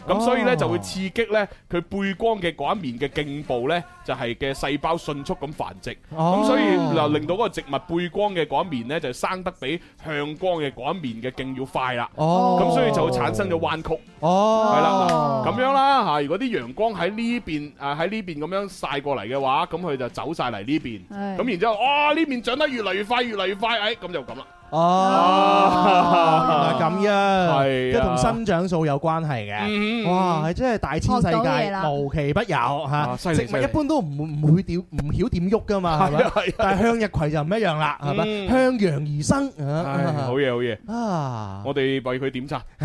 咁所以咧
哦
就會刺激咧佢背光嘅嗰一面嘅脛部咧，就係嘅細胞迅速咁繁殖。
哦
啊咁所以嗱，令到嗰個植物背光嘅嗰一面咧，就生得比向光嘅嗰一面嘅脛要快啦。
哦，
咁所以就會產生咗彎曲，
哦，
係啦，嗱咁樣啦嚇。如果啲陽光喺呢邊啊喺呢邊咁樣曬過嚟嘅話，咁佢就走晒嚟呢邊，
係
咁然之後，哇呢邊長得越嚟越快，越嚟越快，哎咁就咁啦。
哦，原來咁樣，
啊係啊
即係同生長素有關係嘅。
嗯
哇！係真係大千世
學到嘢
界
啦
無奇不有嚇
啊，犀利
植
犀
物
利
一般都唔唔會點唔曉點喐噶 嘛，係
係
咪
啊？係啊
但係向日葵就唔一樣啦，係咪？
嗯
向陽而生
唉好
啊
嘢好嘢，
啊！
我哋為佢點讚，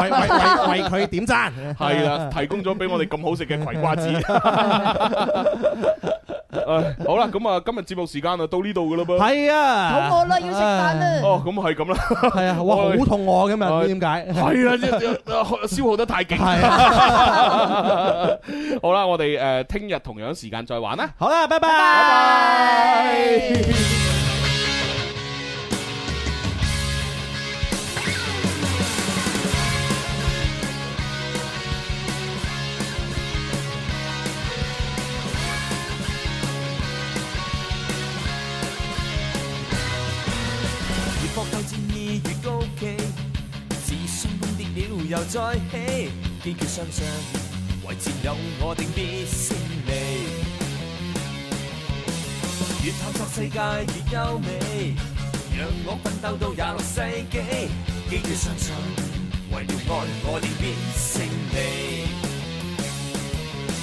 為為為為佢點讚，
係 啦，提供咗俾我哋咁好食嘅葵瓜子。唉好啦，咁啊，今日節目時間啊，到呢度噶啦噃。
係啊，
好餓啦，要食飯啦。
哦，咁係咁啦，
係啊， 哇，好
哎
肚餓今日，唔知點解？
係 啦，即係消耗得太勁。
係啊，
好啦，我哋誒聽日同樣時間再玩啦。
好啦，拜拜。
越搏鬥戰意越高企，自信碰跌了又再起，堅決相信為戰友我定必勝利。越探索世界越優美，讓我奮鬥到廿六世紀，堅決相信為了愛我定必勝利。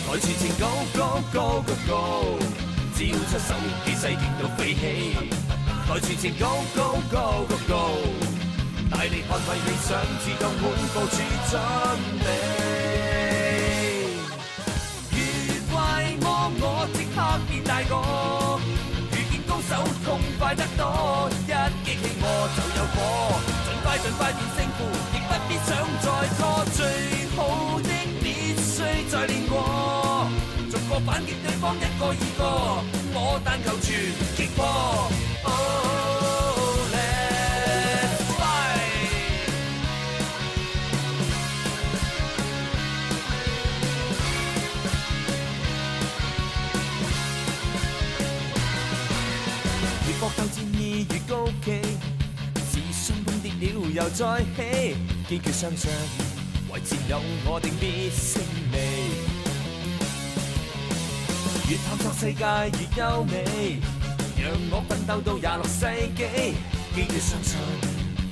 台前前高高高高高，只要出手氣勢勁到飛起。台前前高高高高高，大力捍衞理想，自動滿部署準備。越怪我，我即刻變大個。遇見高手，痛快得多，一激氣我就有火。盡快盡快變勝負，亦不必想再拖。最好的必須再練過，逐個反擊對方一個二個，我但求全擊破。Oh, let's fight！越搏鬥戰意越高企，自信碰跌了又再起，堅決相信為戰友我定必勝利。越探索世界越優美，讓我奮鬥到廿六世紀，堅決相信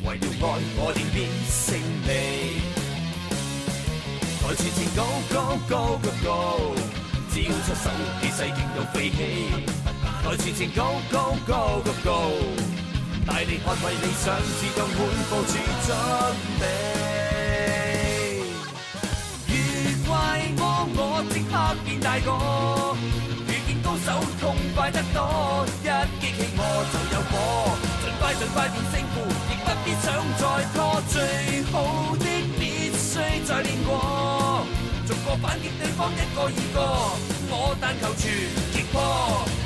為了愛我定必勝利。台前前高高高高高，只要出手氣勢勁到飛起。台前前高高高高高，大力捍衞理想，自動滿部署準備。越怪我，我即刻變大個。遇見高手，痛快得多，一激氣我就有火。盡快盡快變勝負，亦不必想再拖。最好的必須再練過，逐個反擊對方一個二個，我但求全擊破。